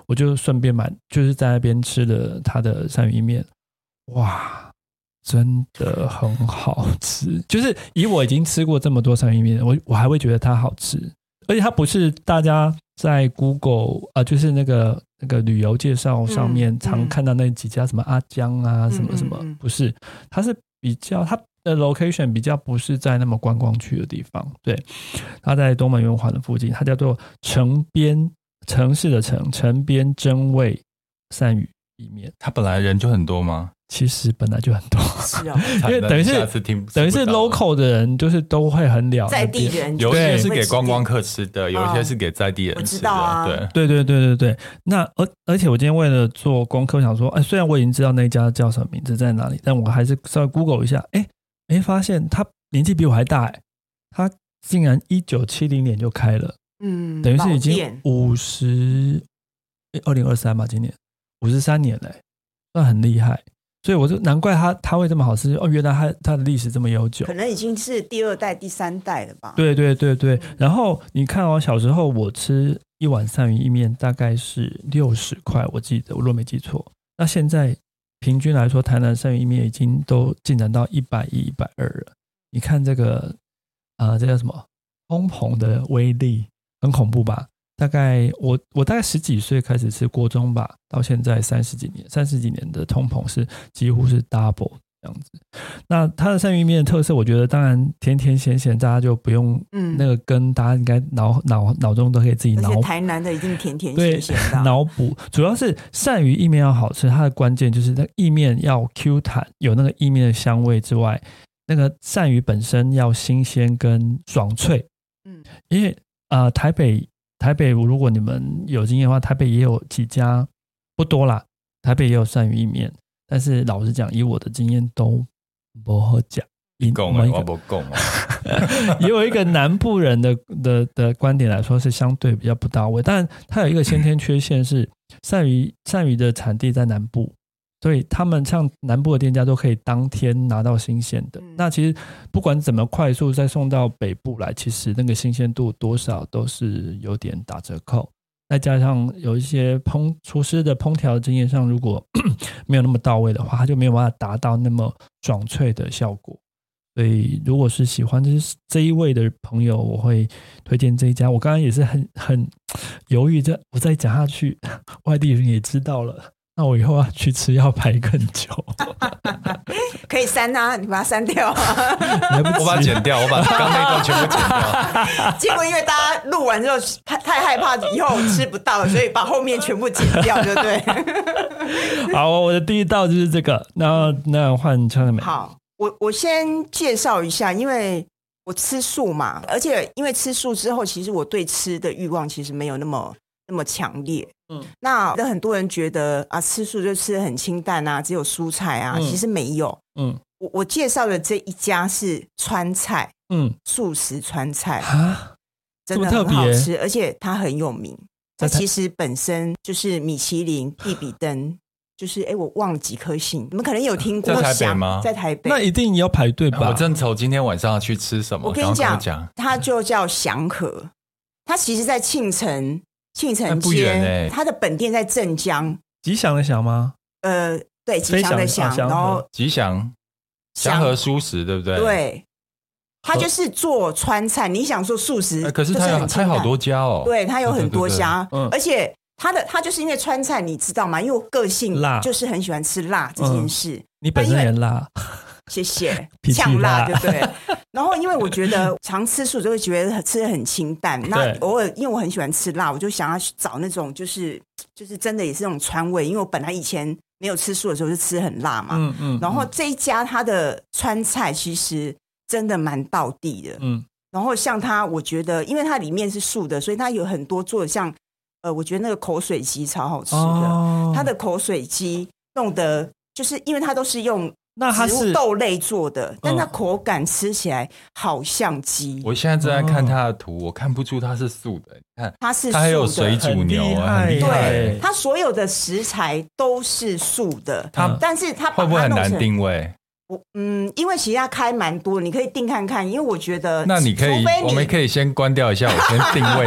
Speaker 1: 我就顺便买，就是在那边吃了他的鳝鱼意面，哇，真的很好吃，就是以我已经吃过这么多鳝鱼面，我我还会觉得它好吃，而且它不是大家在 Google 啊、呃就是那个那个旅游介绍上面
Speaker 3: 嗯
Speaker 1: 常看到那几家什么阿江啊，什么什么，
Speaker 3: 嗯嗯嗯
Speaker 1: 不是，它是比较它的 location 比较不是在那么观光区的地方，对，它在东门圆环的附近，它叫做城边城市的城城边真味鳝鱼意面，
Speaker 2: 他本来人就很多吗？
Speaker 1: 其实本来就很多。
Speaker 3: 是哦，
Speaker 1: 因为等于是
Speaker 2: 下次听
Speaker 1: 等于是
Speaker 2: 不到了
Speaker 1: local 的人，就是都会很了
Speaker 3: 在
Speaker 1: 那
Speaker 3: 地
Speaker 1: 边
Speaker 3: 人
Speaker 2: 有一
Speaker 1: 对
Speaker 2: 些是给观光客吃的，有一些是给在地人
Speaker 3: 嗯我知
Speaker 2: 吃的。
Speaker 3: 道啊
Speaker 2: 对，
Speaker 1: 对对对对对，那而而且我今天为了做功课，想说，哎，虽然我已经知道那一家叫什么名字在哪里，但我还是稍微 Google 一下，哎哎，发现他年纪比我还大，哎，他竟然一九七零年就开了，
Speaker 3: 嗯，
Speaker 1: 等于是已
Speaker 3: 老
Speaker 1: 经
Speaker 3: 店
Speaker 1: 五十，哎二零二三嘛，今年五十三年嘞，那很厉害。所以我就难怪他他会这么好吃哦，原来他他的历史这么悠久
Speaker 3: 可。能已经是第二代、第三代了吧？，
Speaker 1: 对对对对
Speaker 3: 嗯，
Speaker 1: 然后你看哦，小时候我吃一碗鳝鱼意面大概是六十块，我记得我若没记错。那现在平均来说，台南鳝鱼意面已经都进展到一百一、一百二了。你看这个啊、呃这叫什么？通膨的威力很恐怖吧？大概我我大概十几岁开始吃锅中吧，到现在三十几年，三十几年的通膨是几乎是 double 这样子。那它的鳝鱼面的特色，我觉得当然甜甜咸咸，大家就不用
Speaker 3: 嗯，
Speaker 1: 那个根，大家应该脑脑脑中都可以自己
Speaker 3: 而
Speaker 1: 脑
Speaker 3: 且台南的一定甜甜
Speaker 1: 对
Speaker 3: 咸咸的啊，
Speaker 1: 脑补。主要是鳝鱼意面要好吃，它的关键就是那个意面要 Q 弹，有那个意面的香味之外，那个鳝鱼本身要新鲜跟爽脆。
Speaker 3: 嗯，
Speaker 1: 因为呃，台北台北，如果你们有经验的话，台北也有几家不多啦，台北也有鳝鱼意面，但是老实讲，以我的经验都不好讲。一
Speaker 2: 供啊，我不供 啊。
Speaker 1: 也有一个南部人的的的观点来说是相对比较不到位，但它有一个先天缺陷是鳝鱼鳝鱼的产地在南部，所以他们像南部的店家都可以当天拿到新鲜的
Speaker 3: 嗯。
Speaker 1: 那其实不管怎么快速再送到北部来，其实那个新鲜度多少都是有点打折扣。再加上有一些烹厨师的烹调经验上，如 果没有那么到位的话，它就没有办法达到那么爽脆的效果。所以如果是喜欢这这一位的朋友，我会推荐这一家。我刚刚也是很 很犹豫，这我再讲下去，外地人也知道了。那我以后要去吃要排更久，
Speaker 3: 可以删啊，你把它删掉、啊。
Speaker 1: 来不及。
Speaker 2: 我把它剪掉，我把刚那段全部剪掉。
Speaker 3: 结果因为大家录完之后太太害怕以后吃不到，所以把后面全部剪掉，对不 对？
Speaker 1: 好，我的第一道就是这个。那那换陈美，
Speaker 3: 好，我我先介绍一下，因为我吃素嘛，而且因为吃素之后，其实我对吃的欲望其实没有那么那么强烈。
Speaker 1: 嗯
Speaker 3: 嗯，那那很多人觉得啊，吃素就吃得很清淡啊，只有蔬菜啊，
Speaker 1: 嗯
Speaker 3: 其实没有。
Speaker 1: 嗯
Speaker 3: 我我介绍的这一家是川菜，
Speaker 1: 嗯
Speaker 3: 素食川菜，
Speaker 1: 啊，
Speaker 3: 真的
Speaker 1: 这么
Speaker 3: 很
Speaker 1: 特别
Speaker 3: 好吃，而且它很有名。它
Speaker 1: 在台
Speaker 3: 其实本身就是米其 林、必比登，就是哎，我忘了几颗星，你们可能有听过。
Speaker 2: 在台北
Speaker 3: 想
Speaker 2: 吗
Speaker 3: 在台北
Speaker 1: 那，一定要排队吧？
Speaker 2: 我正愁今天晚上要去吃什么，
Speaker 3: 我跟
Speaker 2: 赶
Speaker 3: 你
Speaker 2: 快跟我
Speaker 3: 讲
Speaker 2: 讲，，
Speaker 3: 它就叫祥和，它其实在庆城，庆
Speaker 2: 那
Speaker 3: 城
Speaker 2: 不
Speaker 3: 街，
Speaker 2: 远欸
Speaker 3: 它的本店在镇江，
Speaker 1: 吉祥的祥吗？
Speaker 3: 呃，对，吉
Speaker 1: 非
Speaker 3: 祥的
Speaker 1: 祥
Speaker 3: 祥，
Speaker 1: 啊祥
Speaker 3: 然后
Speaker 1: 和
Speaker 2: 吉祥祥和素食，对不哦对？。
Speaker 3: 对，它就是做川菜。你想做素食
Speaker 2: 呃，可是
Speaker 3: 就是
Speaker 2: 它有
Speaker 3: 很清
Speaker 2: 开好
Speaker 3: 淡
Speaker 2: 多家哦，
Speaker 3: 对，它有很多
Speaker 2: 对对对
Speaker 3: 家，
Speaker 1: 嗯
Speaker 3: 而且它的它就是因为川菜，你知道吗？因为我个性
Speaker 1: 辣
Speaker 3: 就是很喜欢吃辣这件事。
Speaker 1: 你本身也辣，
Speaker 3: 谢谢
Speaker 1: 脾，气
Speaker 3: 呛
Speaker 1: 辣
Speaker 3: 辣，对不对？然后，因为我觉得 常吃素就会觉得吃的很清淡。那
Speaker 1: 对
Speaker 3: 偶尔，因为我很喜欢吃辣，我就想要去找那种就是就是真的也是那种川味。因为我本来以前没有吃素的时候是吃很辣嘛，
Speaker 1: 嗯嗯
Speaker 3: 然后这一家它的川菜其实真的蛮道地的，
Speaker 1: 嗯
Speaker 3: 然后像它，我觉得因为它里面是素的，所以它有很多做的像，呃，我觉得那个口水鸡超好吃的。
Speaker 1: 哦
Speaker 3: 它的口水鸡弄得就是因为它都是用
Speaker 1: 那它
Speaker 3: 植物
Speaker 1: 是
Speaker 3: 豆类做的，但它口感吃起来好像鸡，
Speaker 2: 嗯我现在正在看它的图，我看不出它是素的。你看，
Speaker 3: 它是素
Speaker 2: 它还有
Speaker 3: 的，
Speaker 2: 水煮牛，
Speaker 1: 很
Speaker 2: 很
Speaker 1: 厉
Speaker 2: 厉
Speaker 1: 害
Speaker 2: 害
Speaker 1: 耶。
Speaker 3: 它所有的食材都是素的，
Speaker 2: 它
Speaker 1: 嗯
Speaker 3: 但是它把
Speaker 2: 会不会
Speaker 3: 它
Speaker 2: 很
Speaker 3: 弄
Speaker 2: 难
Speaker 3: 成
Speaker 2: 定位？
Speaker 3: 我嗯，因为其实它开蛮多，你可以定看看，因为我觉得
Speaker 2: 那你可以
Speaker 3: 呃除非，
Speaker 2: 我
Speaker 3: 你
Speaker 2: 们可以先关掉一下，我先定位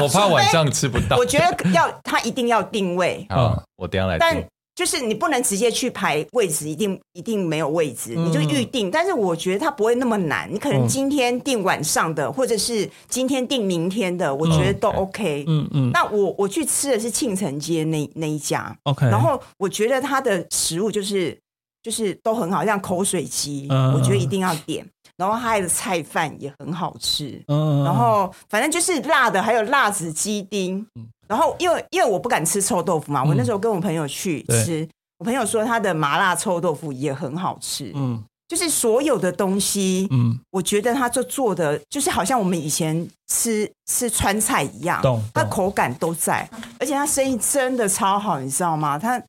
Speaker 2: 我怕晚上吃不到
Speaker 3: 我。觉得要它一定要定位，
Speaker 2: 好，我等一下来定
Speaker 3: 但。就是你不能直接去排位置，一定一定没有位置，
Speaker 1: 嗯
Speaker 3: 你就预定。但是我觉得它不会那么难，你可能
Speaker 1: 嗯
Speaker 3: 今天定晚上的，或者是今天定明天的，我觉得都 OK。
Speaker 1: 嗯嗯
Speaker 3: 那我我去吃的是庆城街那那一家，
Speaker 1: ，OK，
Speaker 3: 然后我觉得它的食物就是就是都很好，像口水鸡，
Speaker 1: 嗯
Speaker 3: 我觉得一定要点。然后它的菜饭也很好吃，
Speaker 1: 嗯，
Speaker 3: 然后反正就是辣的，还有辣子鸡丁。
Speaker 1: 嗯
Speaker 3: 然后因为因为我不敢吃臭豆腐嘛，我那时候跟我朋友去
Speaker 1: 对
Speaker 3: 吃，我朋友说他的麻辣臭豆腐也很好吃，
Speaker 1: 嗯
Speaker 3: 就是所有的东西，
Speaker 1: 嗯，
Speaker 3: 我觉得他就做的就是好像我们以前吃吃川菜一样
Speaker 1: 懂，
Speaker 3: 它
Speaker 1: 懂
Speaker 3: 口感都在，而且他生意真的超好，你知道吗？他。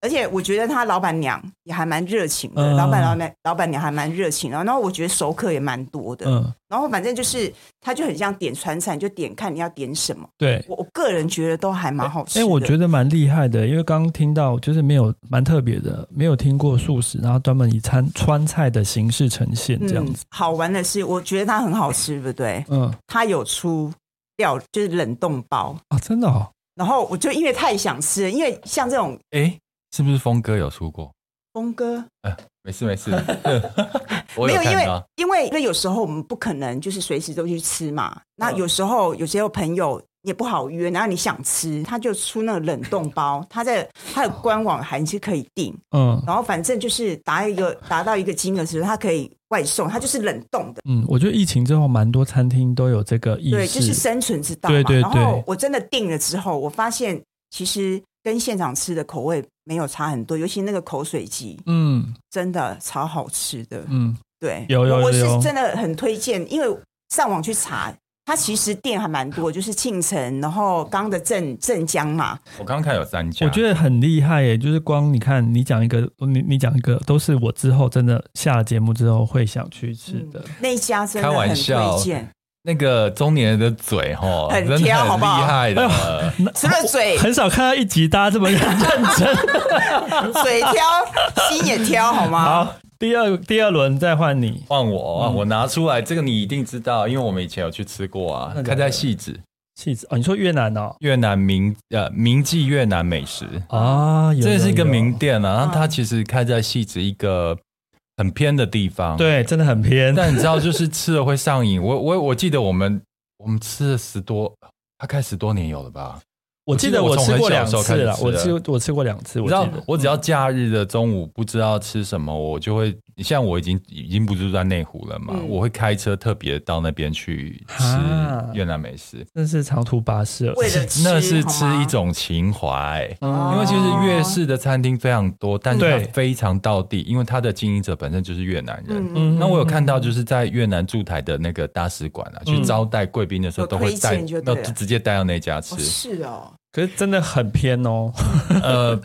Speaker 3: 而且我觉得他老板娘也还蛮热情的，
Speaker 1: 嗯
Speaker 3: 老板老板老板娘还蛮热情的，然后我觉得熟客也蛮多的，
Speaker 1: 嗯，
Speaker 3: 然后反正就是，它就很像点川菜，你就点看你要点什么。
Speaker 1: 对。
Speaker 3: 我我个人觉得都还蛮好吃
Speaker 1: 哎、
Speaker 3: 的。
Speaker 1: 我觉得蛮厉害的，因为刚刚听到就是没有蛮特别的，没有听过素食，然后专门以餐川菜的形式呈现这样
Speaker 3: 嗯
Speaker 1: 子。，
Speaker 3: 好玩的是，我觉得它很好吃，对不对？
Speaker 1: 嗯
Speaker 3: 它有出料，就是冷冻包。
Speaker 1: 啊，真的哦，
Speaker 3: 然后我就因为太想吃了，因为像这种
Speaker 2: 哎，是不是峰哥有出过？
Speaker 3: 峰哥
Speaker 2: 没事 没事， 我
Speaker 3: 没
Speaker 2: 有
Speaker 3: 因
Speaker 2: 看
Speaker 3: 为
Speaker 2: 到。
Speaker 3: 因为因为有时候我们不可能就是随时都去吃嘛。那有时候有些朋友也不好约，然后你想吃，他就出那个冷冻包，他在他的官网还是可以订。
Speaker 1: 嗯
Speaker 3: 然后反正就是达一个达到一个金额时，它可以外送，它就是冷冻的，
Speaker 1: 嗯，我觉得疫情之后蛮多餐厅都有这个意识，
Speaker 3: 对，就是生存之道嘛。
Speaker 1: 对对
Speaker 3: 然后
Speaker 1: 对
Speaker 3: 我真的订了之后，我发现其实跟现场吃的口味没有差很多，尤其那个口水鸡
Speaker 1: 嗯
Speaker 3: 真的超好吃的。
Speaker 1: 嗯
Speaker 3: 对，
Speaker 1: 有有
Speaker 3: 我我是
Speaker 1: 有有
Speaker 3: 真的很推荐，因为上网去查。它其实店还蛮多，就是庆城，然后刚刚的镇镇江嘛，
Speaker 2: 我刚刚看有三
Speaker 3: 啊
Speaker 2: 家，
Speaker 1: 我觉得很厉害耶，就是光你看，你讲一个，你你讲一个，都是我之后真的下了节目之后会想去吃的。
Speaker 3: 那一家真的
Speaker 2: 开玩
Speaker 3: 很
Speaker 2: 笑
Speaker 3: 推荐。
Speaker 2: 那个中年人的嘴哈，
Speaker 3: 很
Speaker 2: 真的很厉
Speaker 3: 挑好哎不好
Speaker 2: 害的。
Speaker 3: 除了 嘴
Speaker 1: 很少看到一集大家这么认真。
Speaker 3: 嘴挑，心也挑，好吗？
Speaker 1: 好，第二第二轮再换你。
Speaker 2: 换我，啊，我拿出来，这个你一定知道，因为我们以前有去吃过啊
Speaker 1: 那。个
Speaker 2: 开在细致
Speaker 1: 气质哦，你说越南哦
Speaker 2: 越南名呃名记越南美食，
Speaker 1: 啊，有
Speaker 2: 这是一个名
Speaker 1: 有
Speaker 2: 店啊。然
Speaker 3: 嗯
Speaker 2: 后它其实开在细致一个很偏的地方。，
Speaker 1: 对，真的很偏。
Speaker 2: 但你知道，就是吃了会上瘾。我我我记得我们我们吃了十多，大概十多年有了吧。
Speaker 1: 我记得我吃过两次了，我
Speaker 2: 我
Speaker 1: 吃
Speaker 2: 从
Speaker 1: 我吃过两次，
Speaker 2: 你
Speaker 1: 我
Speaker 2: 知
Speaker 1: 记
Speaker 2: 道
Speaker 1: 得，嗯
Speaker 2: 我只要假日的中午不知道吃什么，我就会像我已经已经不住在内湖了嘛，
Speaker 3: 嗯
Speaker 2: 我会开车特别到那边去吃
Speaker 1: 啊
Speaker 2: 越南美食。
Speaker 1: 真是长途跋涉。
Speaker 3: 为了吃
Speaker 2: 那是吃
Speaker 3: 好吗
Speaker 2: 一种情怀，
Speaker 1: 嗯
Speaker 2: 因为其实越式的餐厅非常多，但是它
Speaker 1: 对
Speaker 2: 非常道地，因为它的经营者本身就是越南人。
Speaker 3: 嗯，
Speaker 2: 那我有看到，就是在越南驻台的那个大使馆啊，去招待贵宾的时候，
Speaker 3: 嗯有
Speaker 2: 都会带
Speaker 3: 推荐就，对
Speaker 2: 那
Speaker 3: 了
Speaker 2: 直接带到那家吃
Speaker 3: 哦。是哦，
Speaker 1: 可是真的很偏 哦。
Speaker 2: 呃，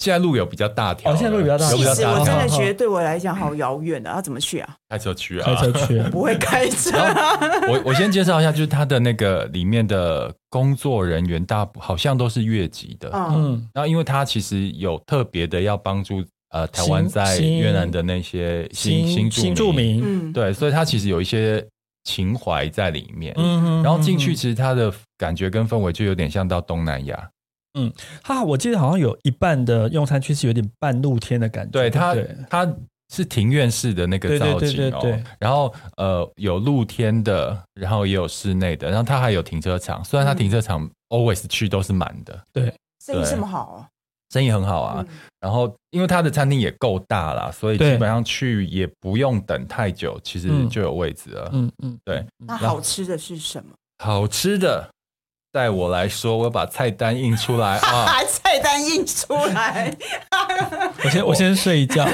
Speaker 2: 现在路有比较大条
Speaker 1: 哦
Speaker 2: 了，
Speaker 1: 现在路比较大条
Speaker 2: 有
Speaker 1: 要不
Speaker 2: 比
Speaker 3: 其
Speaker 1: 要
Speaker 2: 较
Speaker 3: 实我
Speaker 2: 大
Speaker 3: 真的
Speaker 2: 条，
Speaker 3: 觉得对我来讲好遥远的，要怎么去啊？
Speaker 2: 开车去
Speaker 1: 开
Speaker 2: 啊。
Speaker 1: 车去，
Speaker 3: 不会开车，
Speaker 2: 我我先介绍一下，就是它的那个里面的工作人员大部好像都是越籍的，
Speaker 3: 嗯，
Speaker 1: 嗯，
Speaker 2: 然后因为他其实有特别的要帮助呃台湾
Speaker 1: 新
Speaker 2: 在
Speaker 1: 新
Speaker 2: 越南的那些新
Speaker 1: 新
Speaker 2: 新
Speaker 1: 住
Speaker 2: 住民，
Speaker 1: 民，
Speaker 3: 嗯，
Speaker 2: 对，所以他其实有一些情怀在里面。
Speaker 1: 嗯
Speaker 2: 然后进去，
Speaker 1: 嗯
Speaker 2: 其实他的感觉跟氛围就有点像到东南亚，
Speaker 1: 嗯哈，我记得好像有一半的用餐区是有点半露天的感觉。
Speaker 2: 对他
Speaker 1: 对，
Speaker 2: 他是庭院式的那
Speaker 1: 对对
Speaker 2: 个造
Speaker 1: 对
Speaker 2: 景
Speaker 1: 对
Speaker 2: 哦
Speaker 1: 对，
Speaker 2: 然后呃有露天的，然后也有室内的，然后他还有停车场，虽然他停车
Speaker 1: 嗯
Speaker 2: 场 always 去都是满的，
Speaker 3: 生意
Speaker 2: 对
Speaker 3: 这么好
Speaker 2: 生意很好
Speaker 3: 哦
Speaker 2: 啊，
Speaker 3: 嗯，
Speaker 2: 然后，因为它的餐厅也够大啦，所以基
Speaker 1: 对
Speaker 2: 本上去也不用等太久，其实就有位置了。
Speaker 1: 嗯嗯，
Speaker 2: 对
Speaker 3: 那
Speaker 2: 然后
Speaker 3: 好吃的是什么？
Speaker 2: 好吃的，在我来说，我把菜单印出来 啊，
Speaker 3: 把 菜单印出来，
Speaker 1: 我先我先睡一 觉。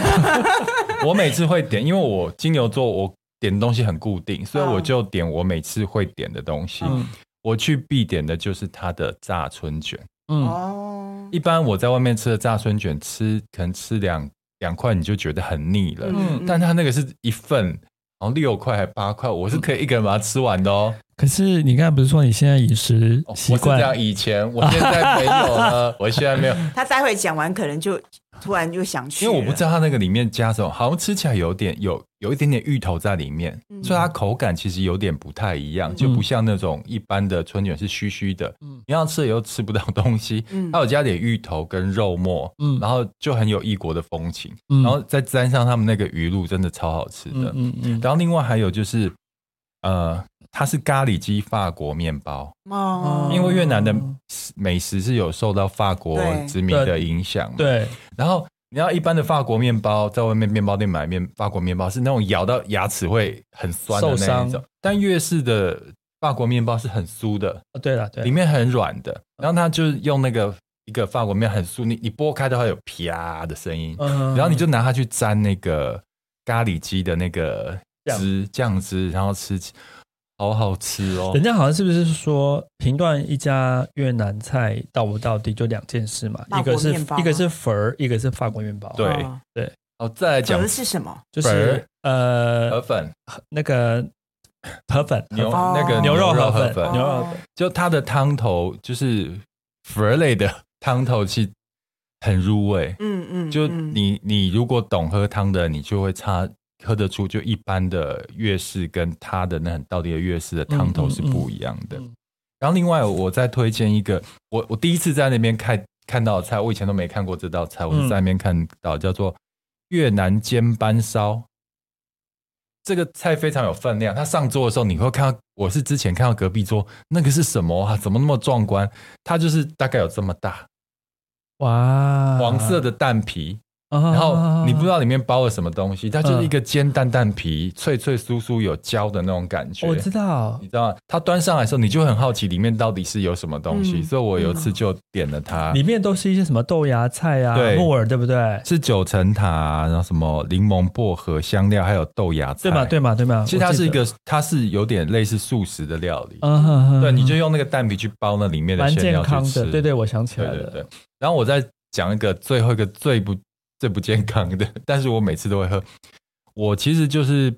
Speaker 2: 我每次会点，因为我金牛座，我点的东西很固定，所以
Speaker 3: 嗯
Speaker 2: 我就点我每次会点的东西。
Speaker 1: 嗯
Speaker 2: 我去必点的就是它的炸春卷。
Speaker 1: 嗯，
Speaker 3: 哦，
Speaker 2: 一般我在外面吃的炸春卷，吃可能吃两两块你就觉得很腻了，
Speaker 1: 嗯
Speaker 2: 但它那个是一份，然后六块还八块，我是可以一个人把它吃完的哦。
Speaker 1: 可是你刚才不是说你现在饮食
Speaker 2: 哦
Speaker 1: 嗯习
Speaker 2: 我是
Speaker 1: 惯
Speaker 2: 这样，以前我现在没有 了，我现在没有，
Speaker 3: 他待会讲完可能就突然就想去
Speaker 2: 因
Speaker 3: 了，
Speaker 2: 为我不知道它那个里面加什么，好像吃起来有点有有一点点芋头在里面，
Speaker 3: 嗯
Speaker 2: 所以它口感其实有点不太一样，
Speaker 3: 嗯
Speaker 2: 就不像那种一般的春卷是虚虚的，
Speaker 1: 嗯
Speaker 2: 你要吃了又吃不到东西，
Speaker 3: 嗯
Speaker 2: 它有加点芋头跟肉末，
Speaker 1: 嗯
Speaker 2: 然后就很有异国的风情，
Speaker 1: 嗯
Speaker 2: 然后再沾上他们那个鱼露，真的超好吃的。
Speaker 1: 嗯嗯
Speaker 2: 然后另外还有就是，呃，它是咖喱鸡法国面包。
Speaker 3: 哦，
Speaker 2: 嗯因为越南的美食是有受到法国
Speaker 3: 对
Speaker 2: 殖民的影响嘛，
Speaker 1: 嗯，对，
Speaker 2: 然后你要一般的法国面包，在外面面包店买面法国面包是那种咬到牙齿会很酸的
Speaker 1: 受
Speaker 2: 那一
Speaker 1: 伤
Speaker 2: 种，但越式的法国面包是很酥的，
Speaker 1: 哦对了
Speaker 2: 里
Speaker 1: 对，
Speaker 2: 面很软的，然后它就是用那个一个法国面很酥，你你剥开的话有啪的声音，
Speaker 1: 嗯
Speaker 2: 然后你就拿它去沾那个咖喱鸡的那个
Speaker 1: 酱
Speaker 2: 汁酱汁，然后吃起，好好吃哦
Speaker 1: 人。家好像是不是说评断一家越南菜到不到底就两件事嘛？
Speaker 3: 法
Speaker 1: 一
Speaker 3: 国
Speaker 1: 个是
Speaker 3: 面包吗
Speaker 1: 一个是粉儿，一个是法国面包。
Speaker 2: 对
Speaker 3: 哦
Speaker 2: 好，再来
Speaker 3: 可
Speaker 2: 讲
Speaker 3: 能是什么？
Speaker 1: 就
Speaker 2: 粉
Speaker 1: 是
Speaker 2: 儿
Speaker 1: 呃
Speaker 2: 河粉，
Speaker 1: 那个河粉
Speaker 2: 牛
Speaker 1: 河粉
Speaker 2: 那个
Speaker 3: 哦
Speaker 1: 牛肉
Speaker 2: 河
Speaker 1: 河
Speaker 2: 粉
Speaker 1: 牛肉
Speaker 3: 哦
Speaker 1: 河粉
Speaker 2: 就它的汤头就是粉儿类的汤头，其实很入味。
Speaker 3: 嗯嗯，
Speaker 2: 就
Speaker 3: 嗯
Speaker 2: 你你如果懂喝汤的，你就会差喝得出，就一般的粤式跟它的那很道地的粤式的汤头是不一样的。
Speaker 1: 嗯嗯嗯
Speaker 2: 然后另外我再推荐一个，我我第一次在那边看看到的菜，我以前都没看过这道菜，我是在那边看到叫做越南煎斑烧。这个菜非常有分量，它上桌的时候你会看到，我是之前看到隔壁桌那个是什么啊？怎么那么壮观？它就是大概有这么大，
Speaker 1: 哇，
Speaker 2: 黄色的蛋皮，
Speaker 1: 啊，
Speaker 2: 然
Speaker 1: 然
Speaker 2: 后你不知道里面包了什么东西，它就是一个煎蛋蛋皮，脆脆酥酥有焦的那种感觉。
Speaker 1: 我知道
Speaker 2: 你知道吗，它端上来的时候，你就会很好奇里面到底是有什么东西，
Speaker 3: 嗯
Speaker 2: 所以我有一次就点了它，
Speaker 1: 里面都是一些什么豆芽菜啊、
Speaker 2: 啊对
Speaker 1: 木耳，对不对？
Speaker 2: 是九层塔、然后什么柠檬薄荷香料，还有豆芽菜，
Speaker 1: 对嘛对？嘛对嘛，
Speaker 2: 其实它
Speaker 1: 我记
Speaker 2: 是一
Speaker 1: 得，
Speaker 2: 个，它是有点类似素食的料理，
Speaker 1: 嗯哼哼，
Speaker 2: 对，你
Speaker 1: 哼
Speaker 2: 就用那个蛋皮去包那里面的
Speaker 1: 蛮
Speaker 2: 馅
Speaker 1: 健
Speaker 2: 料去
Speaker 1: 康
Speaker 2: 吃，
Speaker 1: 的，对对，我想起
Speaker 2: 对
Speaker 1: 来
Speaker 2: 对
Speaker 1: 了，
Speaker 2: 对。然后我再讲一个最后一个最不 最不健康的， 但是我每次都会喝。我其实就是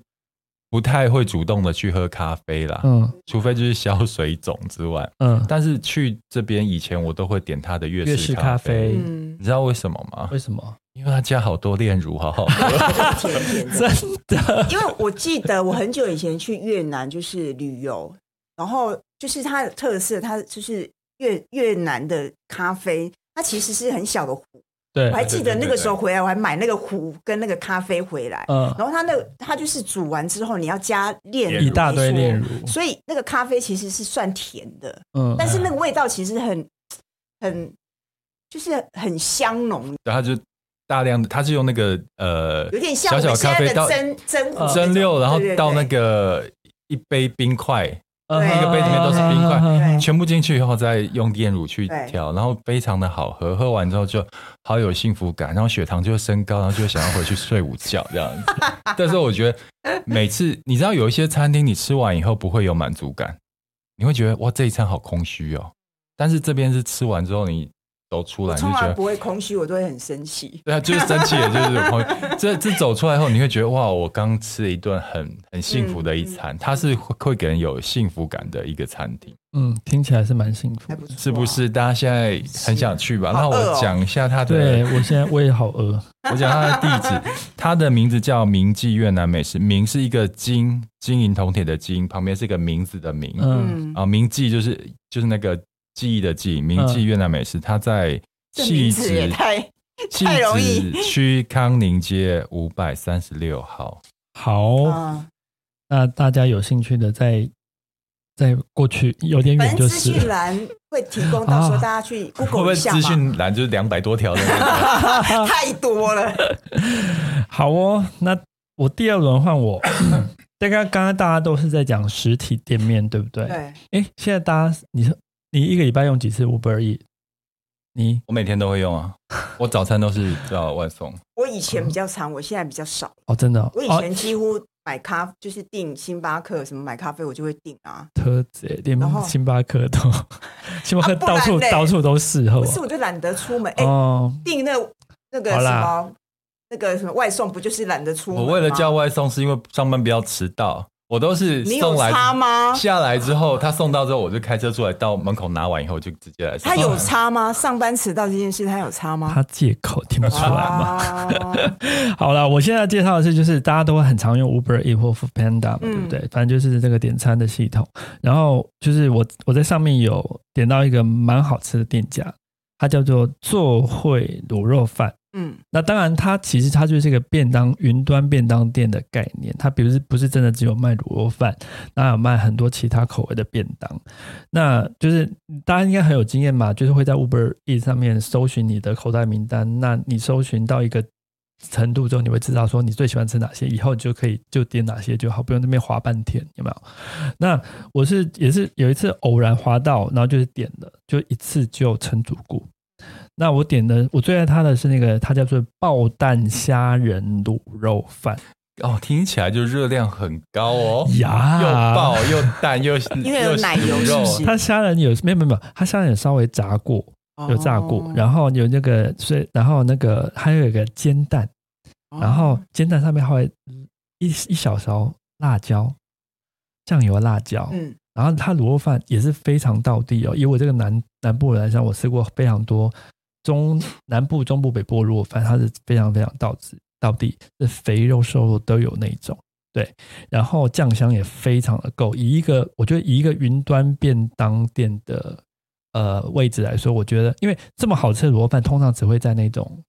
Speaker 2: 不太会主动的去喝咖啡啦，
Speaker 1: 嗯
Speaker 2: 除非就是消水肿之外。
Speaker 1: 嗯，
Speaker 2: 但是去这边以前我都会点他的粤
Speaker 1: 粤
Speaker 2: 式
Speaker 1: 式
Speaker 2: 咖
Speaker 1: 咖
Speaker 2: 啡，
Speaker 1: 啡嗯
Speaker 3: 嗯
Speaker 2: 你知道为什么吗
Speaker 1: 为？什 么？
Speaker 2: 因为他加好多炼乳，好 好喝。
Speaker 3: 甜甜的，
Speaker 1: 真的，
Speaker 3: 因为我记得我很久以前去越南就是旅游，然后就是它的特色，它就是越越南的咖啡，它其实是很小的壶，
Speaker 1: 对
Speaker 3: 我，还记得那个时候
Speaker 2: 对对对对
Speaker 3: 回来，我还买那个壶跟那个咖啡回来。
Speaker 1: 嗯，
Speaker 3: 然后它那个它就是煮完之后，你要加炼乳
Speaker 1: 一大堆炼乳，
Speaker 3: 所以那个咖啡其实是算甜的，
Speaker 1: 嗯，
Speaker 3: 但是那个味道其实很很就是很香浓，
Speaker 2: 然后他就大量的，他是用那个呃
Speaker 3: 有点像
Speaker 2: 小
Speaker 3: 我
Speaker 2: 小
Speaker 3: 们现
Speaker 2: 咖啡
Speaker 3: 在的
Speaker 2: 到
Speaker 3: 蒸蒸壶
Speaker 1: 呃
Speaker 2: 蒸馏，然后
Speaker 3: 对对对
Speaker 2: 到那个一杯冰块，
Speaker 1: 嗯
Speaker 3: 那个杯里面都是
Speaker 2: 冰块
Speaker 1: 嗯嗯嗯嗯
Speaker 3: 对
Speaker 2: 全部进去以后再用炼乳去
Speaker 3: 对
Speaker 2: 调，然后非常的好喝，喝完之后就好有幸福感，然后血糖就会升高，然后就会想要回去睡午觉这样子。 但是我觉得每次你知道有一些餐厅你吃完以后不会有满足感，你会觉得哇这一餐好空虚哦，但是这边是吃完之后你走出来
Speaker 3: 我
Speaker 2: 你
Speaker 3: 从
Speaker 2: 就觉
Speaker 3: 来
Speaker 2: 得
Speaker 3: 不会空虚，我都会很生气。
Speaker 2: 对啊，就是生气了，就是 有朋友。这这走出来后，你会觉得哇，我刚吃了一顿很很幸福的一餐，它是会会给人有幸福感的一个餐厅，
Speaker 1: 嗯，听起来是蛮幸福
Speaker 3: 还
Speaker 1: 的。
Speaker 3: 不错，啊
Speaker 2: 是不？是？大家现在很想去吧？
Speaker 3: 是
Speaker 2: 那
Speaker 3: 好饿哦
Speaker 2: 我讲一下它
Speaker 1: 对
Speaker 2: 的，
Speaker 1: 我现在我也好饿，
Speaker 2: 我讲它的地址，它的名字叫明记越南美食，明是一个金金银铜铁的金，旁边是一个名字的名，
Speaker 1: 嗯，
Speaker 3: 嗯，
Speaker 2: 啊，明记就是就是那个记忆的记，明记越南美食，它在
Speaker 3: 这名
Speaker 2: 汐
Speaker 3: 字也
Speaker 2: 止
Speaker 3: 太太容
Speaker 2: 汐止区康宁街五百三十六号。哦
Speaker 1: 好，
Speaker 3: 啊，
Speaker 1: 那大家有兴趣的再再过去，有点
Speaker 3: 反
Speaker 1: 远就
Speaker 3: 正资
Speaker 1: 是
Speaker 3: 讯
Speaker 1: 了。
Speaker 3: 栏会提供，到时候
Speaker 1: 啊
Speaker 3: 大家 去
Speaker 2: 会不
Speaker 3: Google
Speaker 2: 会
Speaker 3: 一下
Speaker 2: 资
Speaker 3: 嘛，
Speaker 2: 讯栏就是两百多条的那个？
Speaker 3: 太多 了。
Speaker 1: 好哦，那我第二轮换 我。大概刚刚大家都是在讲实体店面，对不对？
Speaker 3: 对，
Speaker 1: 哎，现在大家，你你一个礼拜用几次 Uber E？你
Speaker 2: 我每天都会用啊，我早餐都是叫外送。
Speaker 3: 我以前比较长，我现在比较少。
Speaker 1: 哦，真的哦，
Speaker 3: 我以
Speaker 1: 哦
Speaker 3: 前几乎买咖，就是订星巴克什么买咖啡，我就会订啊。
Speaker 1: 特贼，连
Speaker 3: 然后
Speaker 1: 星巴克都， 星巴克
Speaker 3: 啊不
Speaker 1: 到处、
Speaker 3: 然嘞
Speaker 1: 到处都是，好
Speaker 3: 不
Speaker 1: 不
Speaker 3: 是，
Speaker 1: 好
Speaker 3: 我就懒得出门。哎、
Speaker 1: 哦，
Speaker 3: 订那那个
Speaker 1: 好
Speaker 3: 什
Speaker 1: 啦
Speaker 3: 么那个什么外送，不就是懒得出门
Speaker 2: 我
Speaker 3: 吗？
Speaker 2: 为了叫外送，是因为上班不要迟到，我都是
Speaker 3: 你
Speaker 2: 送
Speaker 3: 有
Speaker 2: 来
Speaker 3: 差吗？
Speaker 2: 下来之后，他送到之后，我就开车出来到门口拿完以后，就直接来送。
Speaker 3: 他
Speaker 2: 哦
Speaker 3: 有差吗？上班迟到这件事，他有差吗？
Speaker 1: 他借口听不出来嘛。
Speaker 3: 啊，
Speaker 1: 好了，我现在介绍的是，就是大家都会很常用 Uber E 或 Food Panda 嘛，
Speaker 3: 嗯
Speaker 1: 对不对？反正就是这个点餐的系统。然后就是我我在上面有点到一个蛮好吃的店家，它叫做做会卤肉饭。
Speaker 3: 嗯，
Speaker 1: 那当然，它其实它就是一个便当云端便当店的概念，它比如是不是真的只有卖卤肉饭，那有卖很多其他口味的便当。那就是大家应该很有经验嘛，就是会在 Uber E 上面搜寻你的口袋名单，那你搜寻到一个程度之后，你会知道说你最喜欢吃哪些，以后你就可以就点哪些就好，不用那边滑半天，有没有？那我是也是有一次偶然滑到，然后就是点了，就一次就成主顾。那我点的，我最爱它的是那个，它叫做爆蛋虾仁卤肉饭
Speaker 2: 哦，听起来就热量很高哦，
Speaker 1: 呀，
Speaker 2: 又爆又淡又
Speaker 3: 因为有奶油
Speaker 2: 又
Speaker 3: 是不是
Speaker 1: 它虾仁有没有没有没有，它虾仁有稍微炸过，有炸过，
Speaker 3: 哦
Speaker 1: 然后有那个，所以然后那个还有一个煎蛋，
Speaker 2: 哦
Speaker 1: 然后煎蛋上面还会一一小勺辣椒，酱油辣椒，
Speaker 3: 嗯，
Speaker 1: 然后它卤肉饭也是非常道地哦，以我这个南南部人来讲，我吃过非常多中南部、中部、北部的卤肉饭，它是非常非常道地，道地是肥肉、瘦肉都有那一种。对，然后酱香也非常的够。以一个我觉得以一个云端便当店的呃位置来说，我觉得因为这么好吃的卤肉饭，通常只会在那种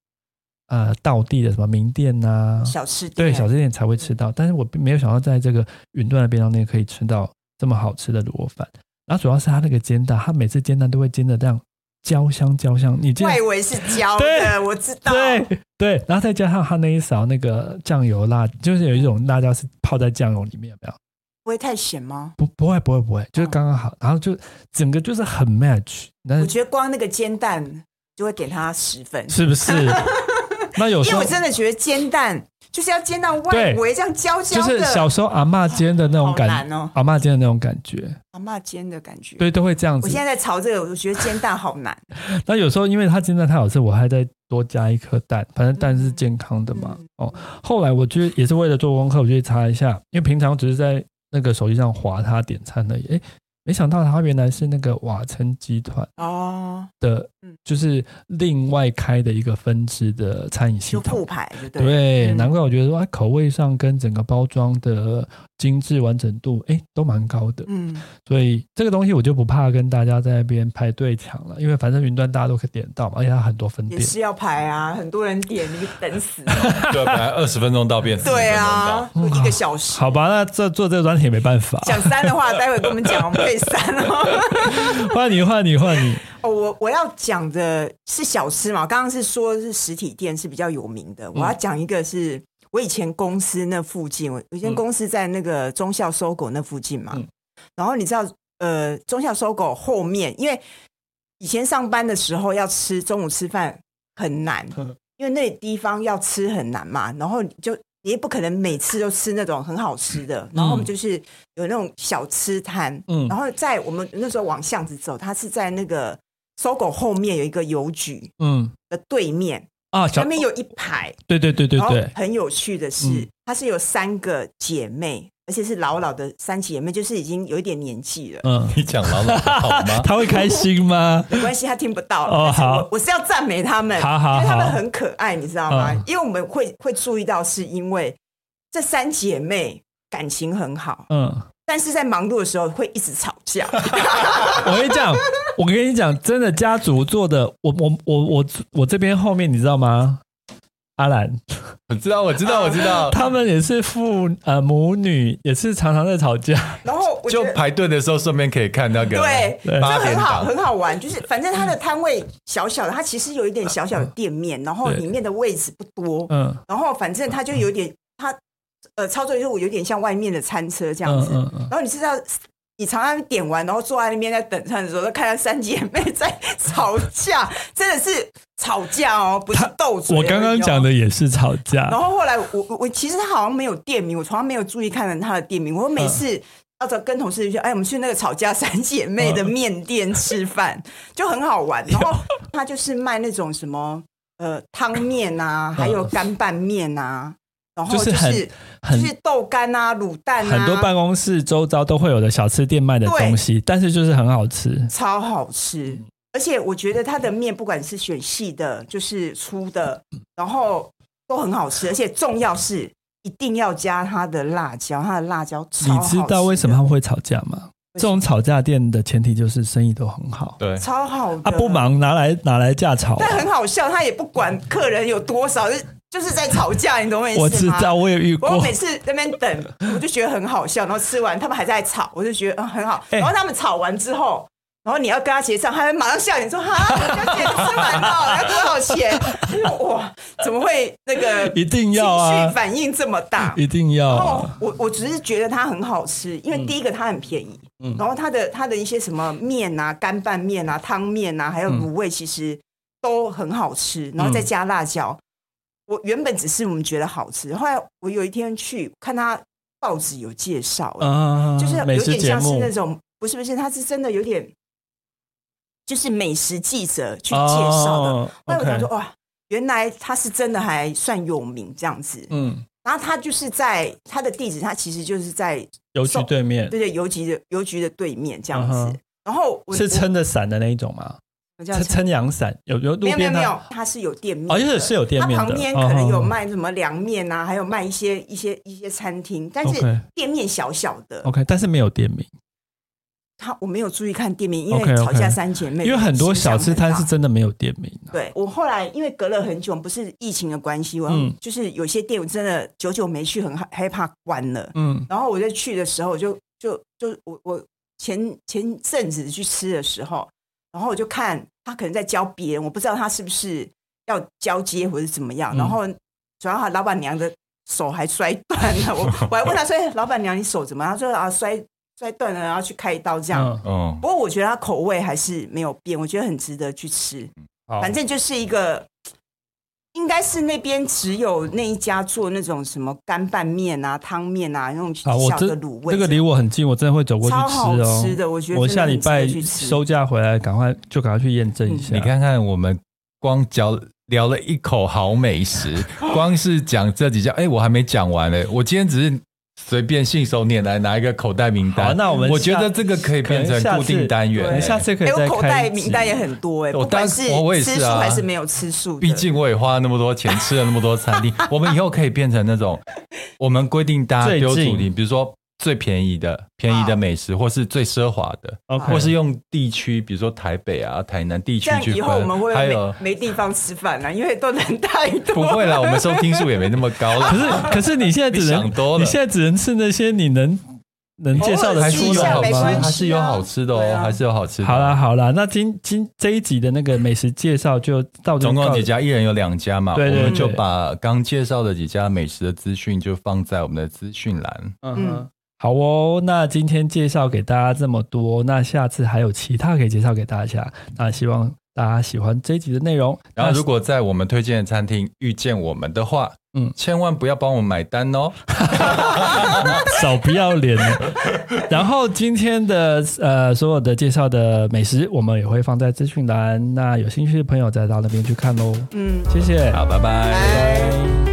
Speaker 1: 呃道地的什么名店啊呐、
Speaker 3: 小吃店
Speaker 1: 对小吃店才会吃到，但是我并没有想到在这个云端的便当店可以吃到这么好吃的卤肉饭。然后主要是它那个煎蛋，它每次煎蛋都会煎的这样焦香焦香，你煎
Speaker 3: 外围是焦
Speaker 1: 对
Speaker 3: 的，我知道。
Speaker 1: 对对，然后再加上它那一勺那个酱油辣，就是有一种辣椒是泡在酱油里面，有没有？
Speaker 3: 不会太咸吗？
Speaker 1: 不不会不会不会，就是刚刚好，然后就整个就是很 match，那
Speaker 3: 我觉得光那个煎蛋就会给他十分，
Speaker 1: 是不 是？那有
Speaker 3: 因
Speaker 1: 时
Speaker 3: 为
Speaker 1: 候
Speaker 3: 我真的觉得煎蛋就是要煎到外
Speaker 1: 对
Speaker 3: 围这样焦焦
Speaker 1: 就
Speaker 3: 的，
Speaker 1: 是小时候阿嬷煎的那种
Speaker 3: 好
Speaker 1: 感，
Speaker 3: 难哦，
Speaker 1: 阿嬷煎的那种感觉，
Speaker 3: 阿嬷煎的感觉。
Speaker 1: 对，都会这样
Speaker 3: 我
Speaker 1: 子。
Speaker 3: 现在在炒这个，我觉得煎蛋好难。
Speaker 1: 那有时候因为它煎蛋太好吃，我还再多加一颗蛋，反正蛋是健康的嘛。
Speaker 3: 嗯
Speaker 1: 哦，后来我就也是为了做功课，我就去查一下，因为平常只是在那个手机上划它点餐而已。诶，没想到它原来是那个瓦城集团
Speaker 3: 哦，
Speaker 1: 的
Speaker 3: 嗯，
Speaker 1: 就是另外开的一个分支的餐饮系
Speaker 3: 就
Speaker 1: 统
Speaker 3: 复。牌就对了。
Speaker 1: 对，
Speaker 3: 嗯
Speaker 1: 难怪我觉得说，哎，口味上跟整个包装的精致完整度，哎，都蛮高的。
Speaker 3: 嗯，
Speaker 1: 所以这个东西我就不怕跟大家在那边排队抢了，因为反正云端大家都可以点到嘛，而且它很多分
Speaker 3: 也
Speaker 1: 店。
Speaker 3: 是要排啊，很多人点，你等死。
Speaker 2: 对，本来二十分钟到变40
Speaker 3: 对啊
Speaker 2: 分钟到，
Speaker 1: 嗯
Speaker 3: 一个小时。
Speaker 1: 好吧，那这做这个专题也没办法，
Speaker 3: 讲三的话，待会跟我们讲，我们可以三哦。
Speaker 1: 换你，换你，换你。
Speaker 3: 哦，我我要讲的是小吃嘛，刚刚是说是实体店是比较有名
Speaker 1: 嗯
Speaker 3: 的，我要讲一个是我以前公司那附近，我以前
Speaker 1: 嗯
Speaker 3: 公司在那个中校搜狗那附近嘛，
Speaker 1: 嗯
Speaker 3: 然后你知道呃中校搜狗后面，因为以前上班的时候要吃中午吃饭 很难，
Speaker 1: 嗯
Speaker 3: 因为那地方要吃很难嘛，然后你就你也不可能每次都吃那种很好吃的，然后我们就是有那种小吃摊，
Speaker 1: 嗯
Speaker 3: 然后在我们那时候往巷子走，它是在那个搜狗后面有一个邮局
Speaker 1: 嗯，
Speaker 3: 的对面，
Speaker 1: 啊，小
Speaker 3: 那边有一排，
Speaker 1: 对对对对
Speaker 3: 然后
Speaker 1: 对，
Speaker 3: 很有趣的是，
Speaker 1: 嗯
Speaker 3: 它是有三个姐妹，而且是老老的三姐妹，就是已经有一点年纪了。
Speaker 1: 嗯，？
Speaker 2: 你讲老老的好吗
Speaker 1: 他会开心吗？
Speaker 3: 没关系，他听不到。
Speaker 1: 嗯哦
Speaker 3: 但是我
Speaker 1: 好
Speaker 3: 我是要赞美他们，
Speaker 1: 好好
Speaker 3: 因为他们
Speaker 1: 好
Speaker 3: 很可爱，你知道吗？
Speaker 1: 嗯
Speaker 3: 因为我们会会注意到，是因为这三姐妹感情很好，
Speaker 1: 嗯，
Speaker 3: 但是在忙碌的时候会一直吵 架。
Speaker 1: 我跟你 讲，我跟你讲，真的家族做的，我我我我我这边后面你知道吗？阿兰
Speaker 2: 我知道，我知道，我知道。
Speaker 1: 他们也是父呃母女，也是常常在吵架。
Speaker 3: 然后 我觉
Speaker 2: 就
Speaker 3: 得
Speaker 2: 排队的时候，顺便可以看那个
Speaker 3: 对，这
Speaker 2: 八
Speaker 3: 很
Speaker 2: 点
Speaker 3: 好，
Speaker 2: 档，
Speaker 3: 很好玩。就是反正它的摊位小小的，它其实有一点小小的店面，然后
Speaker 1: 嗯对
Speaker 3: 里面的位置不多，
Speaker 1: 嗯
Speaker 3: 然后反正它就有点它呃操作就是有点像外面的餐车这样
Speaker 1: 嗯
Speaker 3: 子。
Speaker 1: 嗯嗯，
Speaker 3: 然后你知道，你常常点完，然后坐在那边在等餐的时候，都看到三姐妹在 吵架，真的是吵架哦，不是斗嘴。
Speaker 1: 我刚刚讲。的也是吵架
Speaker 3: 然。后后来我我我其实他好像没有店名，我从来没有注意看他的店名。我每
Speaker 1: 嗯
Speaker 3: 次要找跟同事去，哎，我们去那个吵架三姐妹
Speaker 1: 嗯
Speaker 3: 的面店吃饭，就很好玩。然后他就是卖那种什么呃汤面啊，还有干拌面啊，然
Speaker 1: 嗯
Speaker 3: 后
Speaker 1: 就是很
Speaker 3: 是就
Speaker 1: 很
Speaker 3: 是豆干啊、卤蛋啊，
Speaker 1: 很多办公室周遭都会有的小吃店卖的
Speaker 3: 对
Speaker 1: 东西，但是就是很好吃。
Speaker 3: 超好
Speaker 1: 嗯
Speaker 3: 吃。而且我觉得它的面不管是选细的，就是粗的，然后都很好吃。而且重要是一定要加它的辣椒，它的辣椒超
Speaker 1: 你
Speaker 3: 好吃
Speaker 1: 知
Speaker 3: 的
Speaker 1: 道为什么他们会吵架吗？这种吵架店的前提就是生意都很好，
Speaker 2: 对，
Speaker 3: 超好的
Speaker 1: 啊，不，忙拿来拿来架吵啊。
Speaker 3: 但很好笑，他也不管客人有多少，就就是在吵架，你懂我意思吗？
Speaker 1: 我知道，我也遇
Speaker 3: 我
Speaker 1: 过
Speaker 3: 每。次在那边等，我就觉得很好笑。然后吃完，他们还在吵，我就觉得、嗯、很好。
Speaker 1: 哎
Speaker 3: 然后他们吵完之后，然后你要跟他结账，他会马上笑你说：“哈，我就 姐吃完了，要多少钱？” 就是哇，怎么会那个
Speaker 1: 一定
Speaker 3: 情
Speaker 1: 要
Speaker 3: 绪
Speaker 1: 啊，
Speaker 3: 反应这么大？
Speaker 1: 一定要
Speaker 3: 然后
Speaker 1: 啊，
Speaker 3: 我我只是觉得它很好吃，因为第一个它很便宜，
Speaker 1: 嗯
Speaker 3: 然后它的它的一些什么面啊、干拌面啊、汤面啊，还有卤味，其实都很好
Speaker 1: 嗯
Speaker 3: 吃，然后再加辣椒。我原本只是我们觉得好吃，后来我有一天去看它报纸有介绍、欸
Speaker 1: 啊，
Speaker 3: 就是
Speaker 1: 美
Speaker 3: 有
Speaker 1: 食
Speaker 3: 点
Speaker 1: 节
Speaker 3: 像是
Speaker 1: 目
Speaker 3: 那种不是不是，它是真的有点就是美食记者去介绍的。
Speaker 1: 哦
Speaker 3: 后来我想
Speaker 1: ，OK，
Speaker 3: 说，哇，原来它是真的还算有名这样子。
Speaker 1: 嗯，
Speaker 3: 然后他就是在他的地址，他其实就是在
Speaker 1: 邮局
Speaker 3: 送
Speaker 1: 对面
Speaker 3: 对对邮局的邮局的对面这样子。
Speaker 1: 嗯哼
Speaker 3: 然后我
Speaker 1: 是撑着伞的那一种吗？
Speaker 3: 我叫
Speaker 1: 撑撑阳伞，有有路
Speaker 3: 没有没有
Speaker 1: 边
Speaker 3: 没
Speaker 1: 的
Speaker 3: 有，它是有店面的，
Speaker 1: 哦是是有店面的
Speaker 3: 它旁边可能有
Speaker 1: 哦
Speaker 3: 卖什么凉面啊，还有卖一些一些一些餐厅，但
Speaker 1: OK 哦
Speaker 3: 是店面小小的。
Speaker 1: ，OK，但是没有店名，
Speaker 3: 他我没有注意看店面，因为
Speaker 1: OK，OK
Speaker 3: 吵架三姐妹，
Speaker 1: 因为很多小吃摊是
Speaker 3: 真。
Speaker 1: 真的没有店名啊。
Speaker 3: 对我后来因为隔了很久，不是疫情的关系，我、
Speaker 1: 嗯
Speaker 3: 就是有些店我真的久久没去，很害害怕关了。
Speaker 1: 嗯
Speaker 3: 然后我就去的时候就，就就我我前前阵子去吃的时候，然后我就看他可能在教别人，我不知道他是不是要交接或者怎么样。
Speaker 1: 嗯
Speaker 3: 然后主要他老板娘的手还摔断 了，我我还问他说：“哎老板娘，你手怎么了？”他说：“啊，摔摔断了，然后去开刀这样。
Speaker 1: 嗯，
Speaker 2: 嗯
Speaker 3: 不，过我觉得他口味还是没有变，我觉得很值得去吃。
Speaker 1: 好
Speaker 3: 反正就是一个，应该是那边只有那一家做那种什么干拌面啊、汤面啊那种
Speaker 1: 好，我
Speaker 3: 小
Speaker 1: 这
Speaker 3: 的卤味，
Speaker 1: 这个离我很近，我真的会走过去
Speaker 3: 超好
Speaker 1: 吃哦。
Speaker 3: 吃的，我觉得
Speaker 1: 我
Speaker 3: 真的
Speaker 1: 下
Speaker 3: 很
Speaker 1: 礼
Speaker 3: 值得
Speaker 1: 拜
Speaker 3: 去吃
Speaker 1: 收假回来，赶快就赶快去验证一下。
Speaker 2: 嗯你，看看我们光嚼聊了 一口好美食，光是讲这几家，哎、我还没讲完嘞。我今天只是随便信手拈来拿一个口袋名
Speaker 1: 好
Speaker 2: 单。
Speaker 1: 那我们
Speaker 2: 我觉
Speaker 1: 下
Speaker 2: 得这个可以变
Speaker 1: 可能下
Speaker 2: 成固
Speaker 1: 次
Speaker 2: 定单元、
Speaker 1: 可能
Speaker 2: 欸
Speaker 1: 下次可以
Speaker 3: 哎，
Speaker 1: 再
Speaker 3: 我口
Speaker 1: 开
Speaker 3: 袋
Speaker 1: 一集
Speaker 3: 名单也很多哎，不
Speaker 2: 我当
Speaker 3: 管
Speaker 2: 时
Speaker 3: 是
Speaker 2: 我也
Speaker 3: 吃
Speaker 2: 是
Speaker 3: 素
Speaker 2: 啊
Speaker 3: 还是没有吃素的，
Speaker 2: 毕竟我也花了那么多钱，吃了那么多 餐厅，我们以后可以变成那种，我们规定大家
Speaker 1: 最
Speaker 2: 丢
Speaker 1: 近
Speaker 2: 主题，比如说最便宜的、便宜的
Speaker 3: 好
Speaker 2: 美食，或是最奢华的，
Speaker 1: OK
Speaker 2: 或是用地区，比如说台北啊、台南地区
Speaker 3: 这样
Speaker 2: 去
Speaker 3: 以后我
Speaker 2: 分
Speaker 3: 们会不
Speaker 2: 还
Speaker 3: 会
Speaker 2: 有
Speaker 3: 没没地方吃饭啊了，因为都人太
Speaker 2: 不
Speaker 3: 多。
Speaker 2: 会啦，我们收听数也没那么高啦。
Speaker 1: 可是可是你现在 只
Speaker 2: 你
Speaker 1: 能
Speaker 2: 想多了
Speaker 1: 你现在只能吃那些你能能介绍的
Speaker 3: 还
Speaker 2: 还是
Speaker 3: 是
Speaker 1: 出
Speaker 2: 有
Speaker 1: 来
Speaker 2: 好
Speaker 3: 有没关系
Speaker 1: 吗
Speaker 3: 啊？
Speaker 2: 还是有好吃的
Speaker 3: 对
Speaker 2: 哦，
Speaker 3: 啊
Speaker 2: 还是有好吃的。
Speaker 1: 好啦，好啦，那今今这一集的那个美食介绍就到这
Speaker 2: 总共
Speaker 1: 告
Speaker 2: 几家，一人有两家嘛，
Speaker 1: 对对
Speaker 2: 我们就
Speaker 1: 对
Speaker 2: 把刚介绍的几家美食的资讯就放在我们的资讯栏。
Speaker 1: 嗯
Speaker 3: 嗯
Speaker 1: 哼，好哦，那今天介绍给大家这么多，那下次还有其他可以介绍给大家。那希望大家喜欢这一集的内容。
Speaker 2: 然后，
Speaker 1: 那
Speaker 2: 如果在我们推荐的餐厅遇见我们的话，嗯
Speaker 1: 嗯，
Speaker 2: 千万不要帮我们买单哦。
Speaker 1: 少不要脸了。然后今天的呃所有的介绍的美食，我们也会放在资讯栏，那有兴趣的朋友再到那边去看喽。
Speaker 3: 嗯，
Speaker 1: 谢谢，
Speaker 2: 好，拜拜
Speaker 3: 拜。
Speaker 1: 拜。